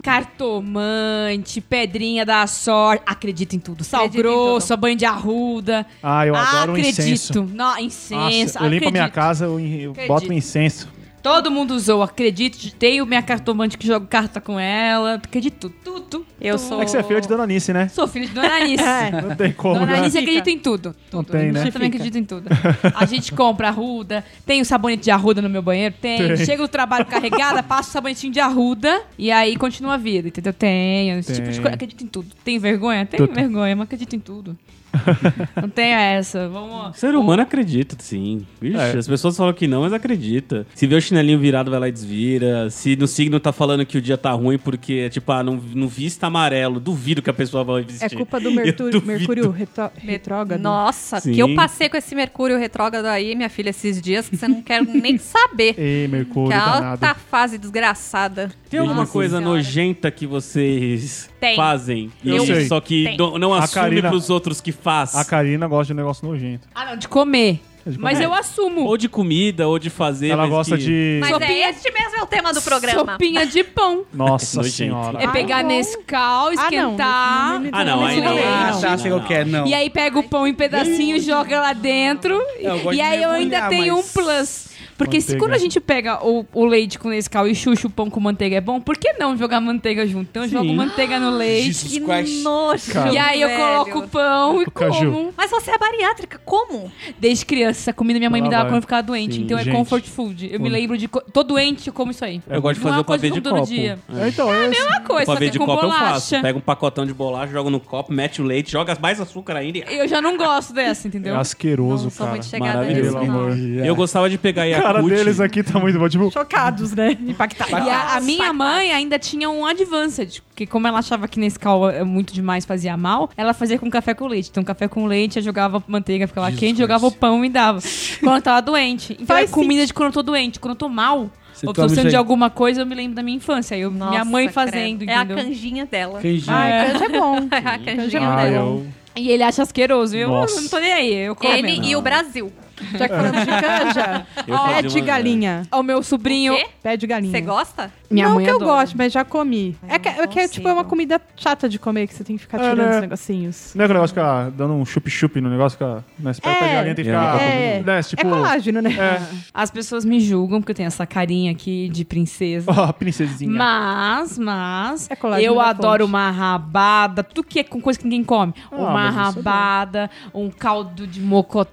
cartomante, pedrinha da sorte, acredita em tudo, sal
Acredito em
grosso, banho de arruda.
Ah, eu adoro o
acredito.
incenso.
Não, incenso,
Nossa, eu limpo a minha
acredito.
casa, eu en- eu boto
Acredito.
um incenso.
Todo mundo usou, acredito. Tenho minha cartomante que jogo carta com ela. Acredito tudo. tudo.
Eu sou- É.
É que você é filha de Dona Nice, né?
Sou filho de Dona Anice.
Não tem como,
Dona
né?
Anice acredita em tudo.
Não
tudo.
tem,
Eu
né?
também acredito em tudo. A gente compra arruda, tem o sabonete de arruda no meu banheiro? Tem.
Tem.
Chega do trabalho carregada, passa o sabonetinho de arruda e aí continua a vida, entendeu? Tenho, esse
Tem.
tipo de coisa. Acredito em tudo. Tem vergonha? Tenho
Tudo.
vergonha, mas acredito em tudo. Não tenho essa. Vamos.
Ser humano acredita, sim. Vixe,
É.
as pessoas falam que não, mas acredita. Se vê o chinelinho virado, vai lá e desvira. Se no signo tá falando que o dia tá ruim porque, tipo, ah, não, não vista amarelo, duvido que a pessoa vai
É
vestir.
culpa do Mercúrio,
duvido.
Mercúrio retro- retrógrado.
Nossa,
Sim.
que eu passei com esse Mercúrio retrógrado aí, minha filha, esses dias que você não quer nem saber.
Ei,
Que
Mercúrio,
a
danado.
alta fase desgraçada.
Tem alguma
Nossa
coisa
Senhora.
nojenta que vocês
Tem.
fazem?
Eu
e
sei.
Só que
Tem.
não, não
A
assume
Karina-
pros outros que faz.
A Karina gosta de um negócio nojento.
Ah, não, de comer.
de
Mas
comer.
eu assumo.
Ou de comida, ou de fazer.
Ela
mas
gosta
que-
de...
Mas
Sopinha-
é este mesmo é o tema do programa.
Sopinha de pão.
Nossa
Nojento.
senhora.
É pegar
bom.
Nescau,
Ah, não,
esquentar.
não me-
Ah, não, aí não.
Não,
Ah,
não.
tá,
tá, sei o que é, não.
E aí pega o pão em pedacinho, joga lá dentro.
Eu gosto
e
de
aí eu ainda
mergulhar,
tenho
mas-
um plus. Porque se,
Manteiga.
quando a gente pega o, o leite com Nescau e chucha o pão com manteiga é bom, por que não jogar manteiga junto? Então eu jogo
Sim.
manteiga no leite.
Jesus
Que
Christ.
nojo,
Cara.
E aí eu
velho.
coloco o pão e
O caju.
como.
Mas você é bariátrica, como?
Desde criança, essa comida minha mãe
Lá
me dava
vai.
quando eu ficava doente.
Sim,
então é
gente.
comfort food. Eu me
Hum.
lembro de. co- Tô doente, eu como isso aí.
Eu gosto de fazer
não é
o pavê de
uma coisa que eu como
copo.
todo dia.
É, então, é esse.
É uma coisa,
o
só que
pavê
é
de
com
copo eu
bolacha.
faço. Pega um pacotão de bolacha, joga no copo, mete o leite, joga mais açúcar ainda. e-
Eu já não gosto dessa, entendeu?
É asqueroso,
não sou
cara.
muito chegada
Maravilhoso.
nisso,
Pelo
não.
amor.
Eu gostava de pegar
A cara
Yakult.
deles aqui tá muito bom. Tipo,
Chocados, né? Impactados.
E a, a minha mãe ainda tinha um advanced, porque como ela achava que nesse cal é muito demais fazia mal, ela fazia com café com leite. Então, café com leite, eu jogava manteiga, ficava
Jesus
quente,
Christ.
jogava o pão e dava. quando eu tava doente. Então,
Faz
é comida de quando eu tô doente. Quando eu tô mal,
Você
ou tô
toma isso
precisando
aí.
de alguma coisa, eu me lembro da minha infância. Eu, minha
Nossa,
mãe
credo.
fazendo,
É a
entendeu?
canjinha dela.
Canjinho.
Ah, é. canja é bom.
É a canjinha
ah,
dela.
eu...
E ele acha asqueroso. Eu
Nossa.
não tô nem aí, eu como.
Ele e o Brasil.
Já que falamos de canja,
Eu fazia
pé de
uma-
galinha.
O meu sobrinho...
O quê?
Pé de galinha.
Você gosta?
Minha
não
mãe
que eu
adora.
gosto, mas já comi.
Ai,
É que,
não
é que é, tipo, é uma
consigo.
comida chata de comer, que você tem que ficar
É,
tirando
né?
os negocinhos.
Não é que o negócio fica dando um chup-chup no negócio, fica. Né, você pega
É.
o pé de galinha, tem que ficar.
É,
né, tipo,
é colágeno, né?
As pessoas me julgam, porque eu tenho essa carinha aqui de princesa.
Ó, a princesinha.
Mas, mas,
É colágeno
eu
da
adoro
fonte.
uma rabada, tudo que é com coisa que ninguém come.
Ah,
uma
mas isso é bom.
rabada, um caldo de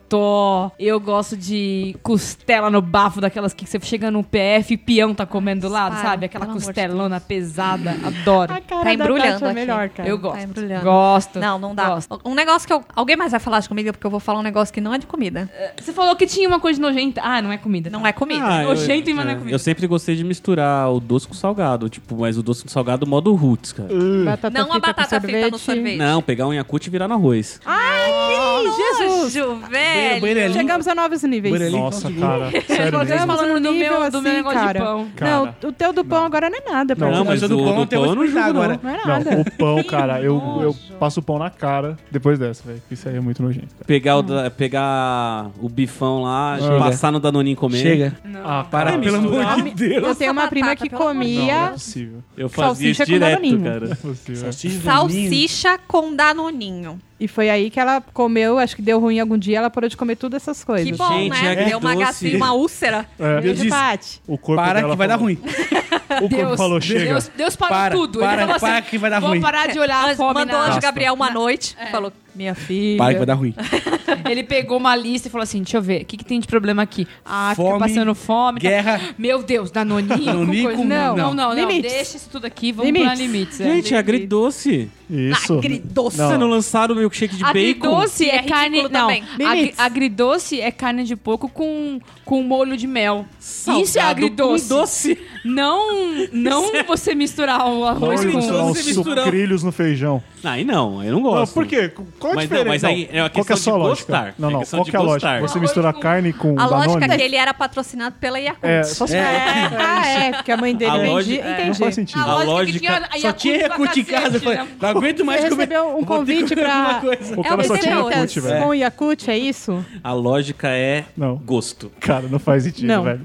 mocotó. Eu gosto de costela no bafo, daquelas que você chega no PF e peão tá comendo do lado,
Para,
sabe? Aquela
pelo amor de
costelona pesada. Adoro.
A cara
Tá
da
embrulhando
Tati é
aqui.
melhor, cara.
eu gosto.
tá embrulhando.
gosto.
Não, não dá.
Gosto.
Um negócio que eu... Alguém mais vai falar de comida? Porque eu vou falar um negócio que não é de comida.
Você falou que tinha uma coisa nojenta. Ah, não é comida.
Não é comida.
Ah, eu,
Nojento e mas não é
é,
comida.
eu sempre gostei de misturar o doce com o salgado, tipo, mas o doce com o salgado modo roots, cara.
Batata
não a
frita com
batata frita no sorvete.
Não, pegar um Yakult e virar no arroz.
Nojo,
Jesus.
velho.
banheiro é limpo.
Chegamos a novos níveis.
Banheiro é limpo.
Nossa,
Nossa,
cara. Sério
Vocês
mesmo.
falando
Mas
do meu,
num nível
do meu
assim,
negócio
cara.
de pão.
Cara.
Não, o teu do pão agora não é nada. pra
Não,
você.
Não, mas
mas
o do
do pão
pão,
eu tenho que
eu não
explicar
julgo,
agora.
não.
Não é nada.
Não, o pão, cara, eu, eu passo o pão na cara depois dessa, velho. Isso aí é muito nojento. cara.
Pegar o, da- pegar o bifão lá,
Chega.
passar no Danoninho e comer.
Chega.
Ah,
Para,
cara,
pelo
isso
amor de Deus.
Eu tenho uma
Nossa,
prima
batata,
que
pelo amor de
Não, não é
comia...
possível.
Eu fazia
Salsicha
isso
com
direto,
Danoninho.
Não é
cara.
possível.
Salsicha com danoninho.
E foi aí que ela comeu, acho que deu ruim algum dia, ela parou de comer todas essas coisas.
Que bom,
Gente, é
né?
que
Deu uma
doce.
gacinha, uma úlcera.
É,
Beijo,
disse-
Paty.
o corpo
Para
dela
que vai dar
falou-
ruim.
O corpo falou, chega.
Deus, Deus parou
Para,
tudo.
para,
Ele falou
para
assim,
que vai dar
vou
ruim."
parar de olhar a fome
Mandou
na-
hoje Gabriel uma noite.
É.
Falou, minha filha.
Para que vai dar ruim.
Ele pegou uma lista e falou assim: deixa eu ver, o que, que tem de problema aqui? Ah, fica
Fome,
passando fome. tá-
guerra.
Meu Deus, danoninho. com
Danoninho
coisa-
com-
Não,
não.
não, não, não.
Limites.
Deixa isso tudo aqui, vamos
Limites.
pra limites. é.
Gente, é agridoce.
Isso.
Agridoce.
Vocês não
Não.
lançaram o milkshake de bacon?
Agridoce
É
é,
ridículo
carne. Não,
também.
agri-
Limites.
agridoce é carne de porco com, com molho de mel. Isso é
Salgado com
agridoce.
doce.
Não
Não, não você misturar o arroz
Olha
com...
só,
você
uns
misturou.
sucrilhos no feijão.
Não, aí não, eu não gosto.
Não, por quê? Qual a
Mas não,
diferença?
mas aí é uma
qual que é
questão
a sua
de
lógica?
gostar.
Não,
É
não.
questão
qual
de
que é a lógica?
gostar.
Você mistura carne com
A lógica é
Danone?
que ele era patrocinado pela Yakult.
É, só se...
Ah, é, porque a mãe dele
A
vendia.
lógica-
Entendi.
Não faz sentido.
A lógica-
Só tinha Yakult em casa. eu
né?
Falei, não aguento mais
Você
comer.
recebeu um
vou ter que
convite
comer
pra-
alguma coisa.
O cara
é
só tinha
receita.
Yakut, velho.
Com Yakut, é isso?
A lógica é
Não.
gosto.
Cara, não faz sentido,
Não.
velho.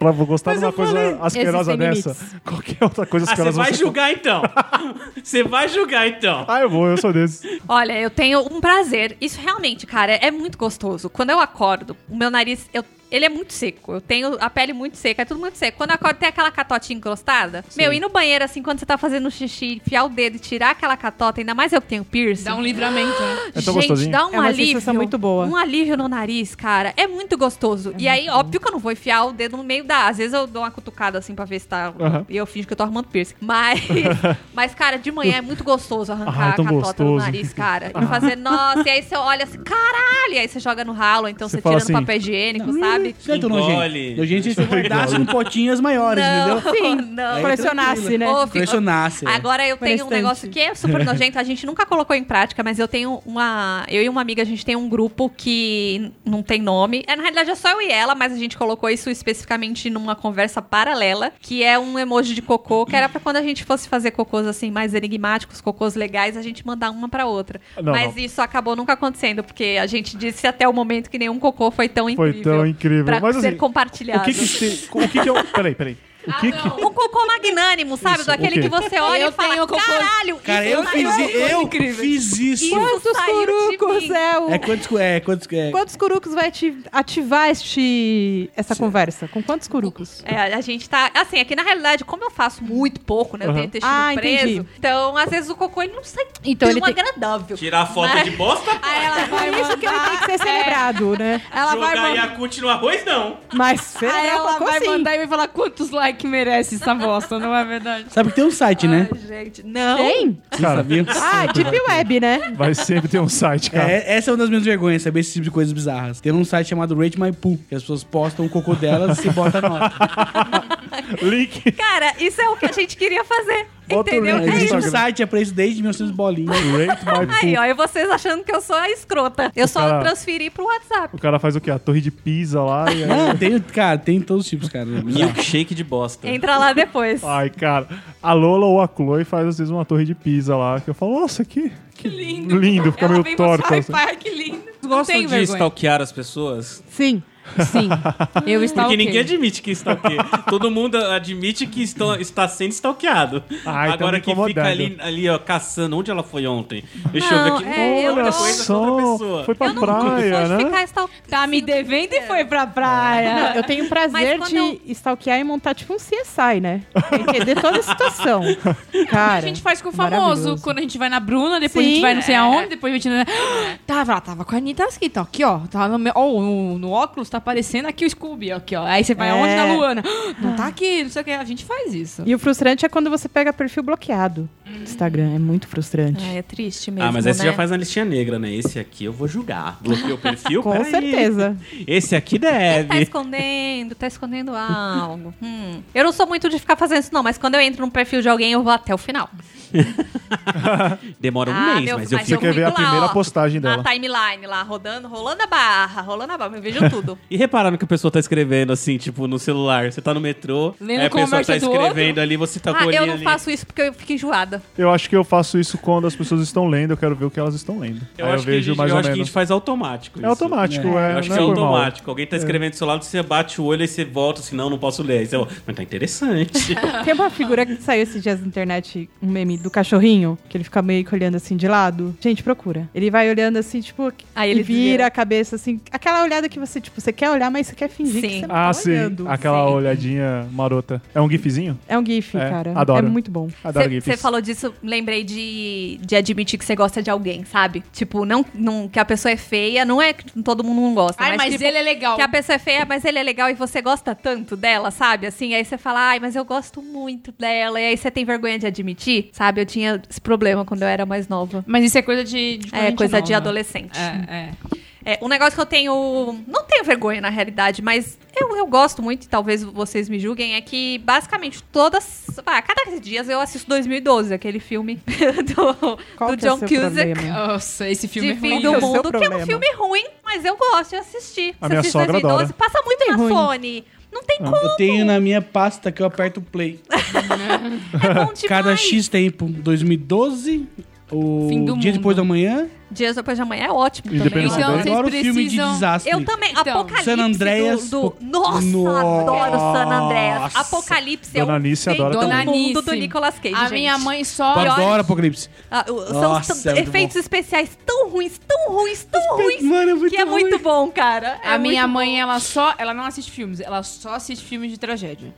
Pra vou gostar de uma coisa asquerosa
Existem
dessa, qualquer outra
Ah,
coisa
você
asquerosa
vai
você-
julgar então. Você vai julgar então.
Ah, eu vou, eu sou desse.
Olha, eu tenho um prazer. Isso realmente, cara, é muito gostoso. Quando eu acordo, o meu nariz, eu- ele é muito seco. Eu tenho a pele muito seca, é tudo muito seco. Quando eu acordo, tem aquela catotinha encrostada. Meu, ir no banheiro, assim, quando você tá fazendo xixi, enfiar o dedo e tirar aquela catota, ainda mais eu que tenho piercing.
Dá um livramento, né?
É tão
Gente,
gostosinho.
dá um
É uma
alívio.
sensação muito boa.
Um alívio no nariz, cara. É muito gostoso. e aí, óbvio que eu não vou enfiar o dedo no meio da. Às vezes eu dou uma cutucada assim pra ver se tá.
Aham.
E eu finjo que eu tô arrumando piercing. Mas, mas cara, de manhã é muito gostoso arrancar
Ah, é
a
tão
catota no
gostoso.
nariz, cara. E fazer, nossa, e aí você olha assim, caralho! E aí você joga no ralo, então
Você
você,
fala
tira
assim,
no papel higiênico, sabe?
Você não é tão
Engole.
nojento. Nojento é se você guardasse em potinhas maiores,
Não,
entendeu?
não.
Aí
Colecionasse, né?
Ô, fico-
Pressionasse.
Agora eu tenho um
Prestante.
negócio que é super nojento, a gente nunca colocou em prática, mas eu tenho uma. Eu e uma amiga, a gente tem um grupo que não tem nome. É, na realidade é só eu e ela, mas a gente colocou isso especificamente numa conversa paralela, que é um emoji de cocô, que era pra quando a gente fosse fazer cocôs assim, mais enigmáticos, cocôs legais, a gente mandar uma pra outra.
Não,
mas
não.
isso acabou nunca acontecendo, porque a gente disse até o momento que nenhum cocô foi tão
Foi
incrível.
tão incrível.
Pra
Mas
ser
assim,
compartilhado.
o que que tem... O que que eu... Peraí, peraí. O que que...
Um cocô magnânimo, sabe?
Isso,
Daquele
ok.
que você olha e
Eu
fala,
tenho cocô-
caralho,
Cara,
isso é
eu
saiu
fiz,
de
eu
incrível.
fiz isso.
Isso.
Quantos
saiu de
curucos
mim.
é o...
É quantos... É, quantos... É,
Quantos curucos vai te ativar este... essa conversa? Com quantos curucos?
É, a gente tá. Assim, aqui na realidade, como eu faço muito pouco, né? Eu tenho intestino
Ah,
preso.
entendi.
Então, às vezes o cocô ele não sai
Então
tão
ele tem-
agradável.
Tirar foto
Mas-
de bosta?
Aí ela
Por
vai.
isso que ele tem que ser
É.
celebrado, né?
Ela vai,
jogar
mandar,
Yakut no arroz, não.
Mas celebrar
aí Ah, ela
cocô,
vai
sim.
mandar e vai falar quantos likes merece essa bosta, não é verdade?
Sabe que tem um site, né?
Ai, gente, não.
Tem?
Cara,
Ah, Deep Web, né?
vai sempre ter um site, cara.
É, essa é uma das minhas vergonhas, saber esse tipo de coisas bizarras. Tem um site chamado Rate My Poo, que as pessoas postam o cocô delas e se botam nota.
Link.
Cara, isso é o que a gente queria fazer.
Bota o
entendeu?
link no
É
Existe
Instagram.
um
isso.
site, é preço desde 1900 bolinhas.
Rate my
Aí,
poo.
ó, e vocês achando que eu sou a escrota. Eu só
Cara-
transferi pro WhatsApp.
O cara faz o quê? A torre de pisa lá e... aí-
Não, tem, cara, tem todos os tipos, cara.
Milkshake de bosta.
Entra lá depois.
Ai, cara. A Lola ou a Chloe faz às vezes uma torre de pisa lá. Que eu falo, nossa, que, que lindo. Lindo, fica
Ela
meio
vem
torta.
mostrar e
assim.
fala, "Ai, que lindo.
Vocês
Não tem
gostam de
vergonha.
stalkear as pessoas?
Sim.
Sim, eu
Porque
stalkeio.
ninguém admite que stalkeia. Todo mundo admite que estão- está sendo stalkeado.
Ah, então
Agora
me
que fica
incomodando.
ali, ali, ó, caçando onde ela foi ontem. Deixa eu
Não,
ver aqui.
é, eu
Olha
não-
Depois essa outra pessoa.
só, foi pra
eu não
praia,
sou de
né?
ficar stalk...
Tá me devendo e foi pra praia.
Não, eu tenho prazer
quando
de
eu-
stalkear e montar tipo um CSI, né? Entender toda a situação.
a
Cara,
gente faz com o
maravilhoso.
famoso. Quando a gente vai na Bruna, depois a
Sim.
gente vai não sei aonde, depois a gente. Tava, lá, tava com a Anitta aqui, tá aqui, ó. Tá no, meu, ó, no, no óculos, tá aparecendo aqui o Scooby, ó, aqui, ó. Aí você vai
É.
aonde na Luana? Não tá aqui, não sei o que. A gente faz isso.
E o frustrante é quando você pega perfil bloqueado do Instagram. É muito frustrante.
É, é triste mesmo.
Ah, mas aí você
né?
já faz na listinha negra, né? Esse aqui eu vou julgar. Bloqueei o perfil?
Com
Peraí.
certeza.
Esse aqui
Tá
deve.
escondendo, tá escondendo algo. Hum. Eu não sou muito de ficar fazendo isso, não, mas quando eu entro no perfil de alguém, eu vou até o final.
Demora um
Ah,
mês,
meu-
mas eu
mas
fico.
Você quer ver a
fico lá,
primeira
ó,
postagem dela.
Na timeline lá, rodando, rolando a barra, rolando a barra, eu vejo tudo.
E repararam que a pessoa tá escrevendo assim, tipo, no celular. Você tá no metrô,
Lendo
aí a pessoa
conversa
tá
do outro.
escrevendo ali, você tá com o
ah, eu
olhinho
não
ali.
faço isso porque eu fico enjoada.
Eu acho que eu faço isso quando as pessoas estão lendo, eu quero ver o que elas estão lendo.
Eu
Aí eu
acho, que, a
vejo
gente,
mais
eu
ou
acho que a
menos.
gente faz automático.
É
isso.
automático, é,
Eu acho
não
que
é
é
normal.
automático. Alguém tá escrevendo do seu lado, você bate o olho, aí você volta, assim, não, não posso ler. Aí você, fala, mas tá interessante.
Tem uma figura que saiu esses dias na internet, um meme do cachorrinho, que ele fica meio que olhando assim de lado. Gente, procura. Ele vai olhando assim, tipo,
Aí
e
ele
vira
desvira.
a cabeça assim. Aquela olhada que você, tipo, você quer olhar, mas você quer fingir que
Sim.
você não
Ah,
tá
sim.
olhando.
Aquela
Sim.
olhadinha marota. É um gifzinho?
É um gif,
É,
cara.
adoro.
É muito bom.
Adoro gifs.
Você falou disso, lembrei de, de admitir que você gosta de alguém, sabe? Tipo, não, não que a pessoa é feia, não é que todo mundo não gosta.
Ai, mas
tipo,
ele é legal.
Que a pessoa é feia, mas ele é legal e você gosta tanto dela, sabe? Assim, aí você fala, ai, mas eu gosto muito dela. E aí você tem vergonha de admitir, sabe? Eu tinha esse problema quando eu era mais nova.
Mas isso é coisa de. de quando a
É,
gente
coisa
nova.
de adolescente.
É, é.
É, um negócio que eu tenho. Não tenho vergonha na realidade, mas eu, eu gosto muito, e talvez vocês me julguem, é que basicamente todas. Ah, cada 15 dias eu assisto 2012, aquele filme do,
Qual
do
que é o
John
seu
Cusack.
problema?
Nossa, esse filme
de fim
é
do
Qual que é o
mundo,
seu
que é um
problema?
filme ruim, mas eu gosto de assistir.
A minha
assisto
sogra adora.
passa muito na
ruim.
Sony. Não tem como,
Eu tenho na minha pasta que eu aperto play.
é bom demais.
Cada X tempo. 2012, o
Fim do
Dia
Mundo.
Depois da Manhã.
Dias depois de amanhã é ótimo também.
Independence
Então,
Day.
vocês
Agora o filme de
precisam-
desastre.
Eu também.
Então,
Apocalipse
San Andreas,
do, do-
po-
Nossa, adoro San Andreas.
Nossa.
Apocalipse é
Dona
o
Alice
fim
adora
do
também.
mundo do
Alice.
Nicolas Cage,
A
gente.
minha mãe só.
Eu
pior-
adoro Apocalipse.
Ah, o- são os
Nossa,
tan-
é muito
efeitos especiais tão ruins, tão ruins, tão ruins,
Mano, é muito
que é muito
ruim.
bom, cara. É
A minha
muito
mãe, ela só. Ela não assiste filmes, ela só assiste filmes de tragédia.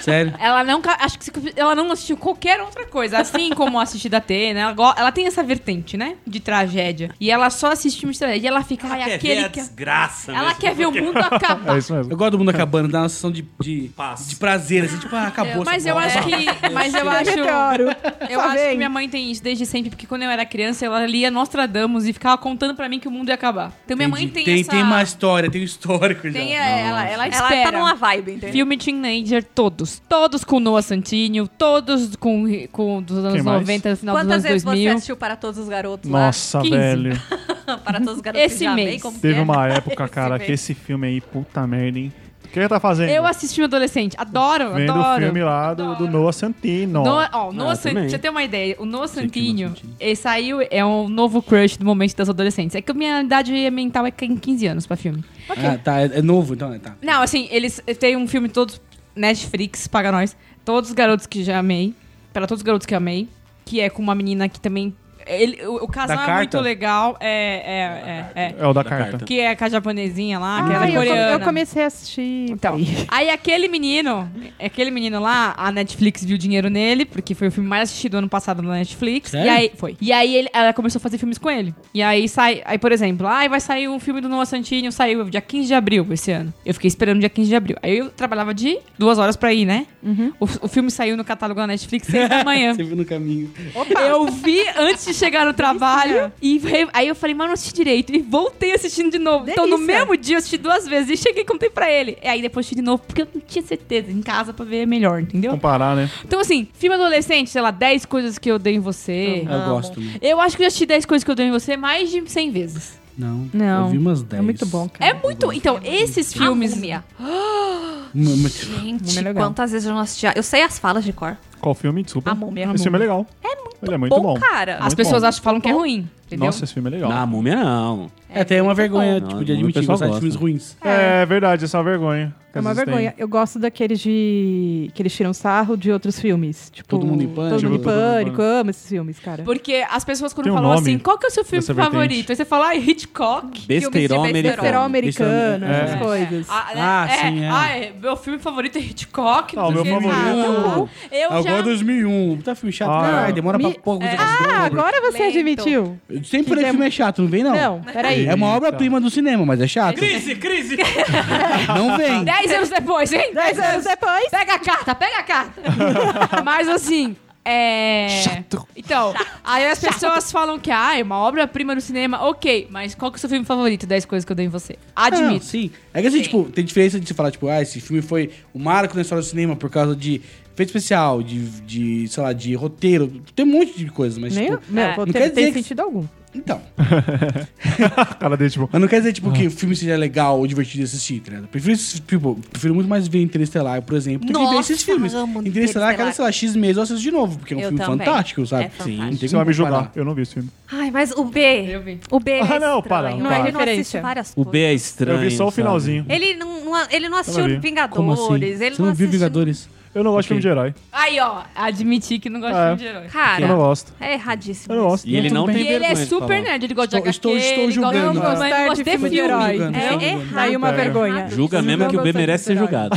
Sério.
Ela não. ca- Acho que se- ela não assistiu qualquer outra coisa. Assim como assistir da Atena. Ela, go- ela tem essa vertente, né? De tragédia. E ela só assiste filmes de tragédia. E ela fica.
quer
Ai,
ver
aquele
a
que.
desgraça
Ela
mesmo.
quer ver o mundo acabar.
É isso mesmo.
Eu gosto do mundo acabando, dá uma sensação de, de,
Paz.
de prazer, assim, tipo, ah, acabou. essa
É, Mas eu
bosta.
acho que. Mas eu acho.
Meteoro.
é
Eu
Só
acho
vem.
que minha mãe tem isso desde sempre, porque quando eu era criança, ela lia Nostradamus e ficava contando pra mim que o mundo ia acabar. Então minha mãe
Entendi.
tem,
tem
essa...
Tem uma história, tem um histórico já.
Tem, é, ela, ela
bom. Ela
espera.
tá numa vibe, entendeu?
Filme teenager, todos. Todos com Noah Santinho, todos com, com dos anos
mais?
90, no final
Quantas
dos anos
vezes
2000.
você assistiu Para Todos os Garotos lá?
Nossa,
15.
velho.
Para Todos os Garotos
Esse
que já
mês.
amei, como que
Teve
é?
uma época, cara,
Esse
que esse filme aí, puta merda, hein? O que ele tá fazendo?
Eu assisti um adolescente, adoro,
Vendo o
adoro.
filme lá do, do Noah Santino.
Noah, ó, o Noah
Ah,
San-
também.
Deixa eu ter uma ideia. O Noah Santinho, ele saiu, é um novo crush do momento das adolescentes. É que a minha idade mental é que em 15 anos pra filme.
Ah, tá, é, é novo, então, é, tá.
Não, assim, eles têm um filme todos. Netflix, paga nós. Todos os garotos que já amei. Para todos os garotos que amei. Que é com uma menina que também. ele- o, o casal
Da
é
carta?
muito legal. É, é, é, é.
É o da,
Da
carta.
carta.
Que é com a japonesinha lá, que
Ai,
era
Ah, eu, come-
coreana.
eu comecei a assistir. É
Então, aí aquele menino, aquele menino lá, a Netflix viu dinheiro nele, porque foi o filme mais assistido ano passado na Netflix.
Sério?
E aí foi. E aí ele- ela começou a fazer filmes com ele. E aí sai, aí por exemplo, ai vai sair um filme do Noah Santinho, saiu dia 15 de abril esse ano. Eu fiquei esperando dia 15 de abril. Aí eu trabalhava de duas horas pra ir, né? O, o filme saiu no catálogo da Netflix seis da manhã.
Uhum. Você viu no caminho.
Eu vi antes de chegar no trabalho. e re- aí eu falei, mas não assisti direito. E voltei assistindo de novo. Então, no
Delícia.
mesmo dia, eu assisti duas vezes. E cheguei e contei pra ele. E aí depois assisti de novo, porque eu não tinha certeza. Em casa pra ver melhor, entendeu?
Comparar, né?
Então, assim, filme adolescente, sei lá, 10 coisas que eu odeio em
Uhum.
você.
Eu gosto. né?
Eu acho que eu já assisti 10 coisas que eu odeio em você mais de 100 vezes.
Não,
Não,
eu vi umas 10.
É muito bom, cara.
É muito. Então, esses
A
filmes.
Ah,
Múmia.
Mu- muito-
Múmia é
Gente,
legal.
quantas vezes eu não assisti? Eu sei as falas de cor.
Qual filme? Desculpa.
A Múmia.
Esse filme é legal. É muito Ele é muito bom.
Bom, cara.
As
Muito
pessoas
bom.
acham falam que é ruim. Entendeu?
Nossa, esse filme é legal.
Na múmia, não.
É, tem uma vergonha,
bom.
tipo,
Não, muito
de admitir
pessoal
gostar de filmes
gosta.
ruins.
Ah,
É, verdade, essa é uma vergonha. que
É
às
uma
vezes tem.
vergonha. Eu gosto daqueles de. que eles tiram sarro de outros filmes. Tipo,
Todo Mundo em Pânico.
Todo mundo
Tipo, Todo
em
Mundo em
pânico.
Pânico.
Eu amo esses filmes, cara.
Porque as pessoas quando
Tem um
falam
nome
assim, qual que é o seu filme
dessa vertente.
favorito? Aí você fala, ah, Hitchcock.
Besteirão
Filmes de
americano.
Serão americano,
americano,
é.
essas
É.
coisas.
Ah, né?
Ah,
é,
sim, é.
Ah, é. Meu filme favorito é Hitchcock.
Ah, o
não
meu
sei o quê.
então,
favorito.
Ah, eu
Agora
já...
2001. Tá filme chato,
Ah,
caralho,
é.
demora
Me-
pra pouco.
É.
Ah, agora você
Lento.
admitiu.
Eu Sempre falei que filme é chato, não vem não.
Não, peraí.
É uma obra-prima do cinema, mas é chato.
Crise, crise!
Não vem.
Dez anos depois, hein?
Dez anos depois.
Pega a carta, pega a carta. Mas assim... É. Chato. Então, aí as pessoas falam que ah, é uma obra-prima do cinema, ok, mas qual que é o seu filme favorito? 10 coisas que eu dei em você.
Não,
Admito.
sim. É que assim, tipo, tem diferença de você falar, tipo, ah, esse filme foi o marco na história do cinema por causa de efeito especial, de, de sei lá, de roteiro. Tem um monte de coisas, mas,
Nem,
tipo...
né? não,
não
não
quer
tem,
dizer que-
sentido algum.
Então.
A cara dele, tipo...
Mas não quer dizer, tipo, que o filme seja legal ou divertido de assistir, tá ligado? Eu Prefiro, esse- tipo, prefiro muito mais ver Interestelar, por exemplo, do que ver
Nossa,
esses filmes.
amo
Interestelar, cada, sei lá, X meses eu assisto de novo, porque é um
Eu
filme
também.
fantástico, sabe?
É fantástico.
não
Você
tem
vai
como
me julgar.
comparar.
Eu não vi esse filme.
Ai, mas o B.
Eu vi.
O B. ele
Ah,
é
não,
estranho.
para,
Ele
não, para.
Ele não assiste várias
O
coisas.
B é estranho.
eu vi só o
sabe?
finalzinho.
Ele não, não- ele não assistiu
vi.
Como
Vingadores.
assim?
Ele
Você não viu
assiste-
Vingadores?
Eu não gosto de filme de herói.
Aí, ó, admiti que não gosta
Ah,
de filme de herói.
Eu
Cara,
não gosto.
é erradíssimo.
Eu não gosto.
E ele
Não,
não tem
tudo
E ele
vergonha
é
de
super
falar.
nerd, ele gosta de
Estou-
HQ,
estou- estou
ele gosta
julgando. né?
de
Não
mas ele
gostar
gosta
de
de
filme de
filme.
herói.
Não,
É
Tá
não,
errado.
Daí uma
pega.
né?
vergonha.
errado.
Julga mesmo que o B merece ser julgado.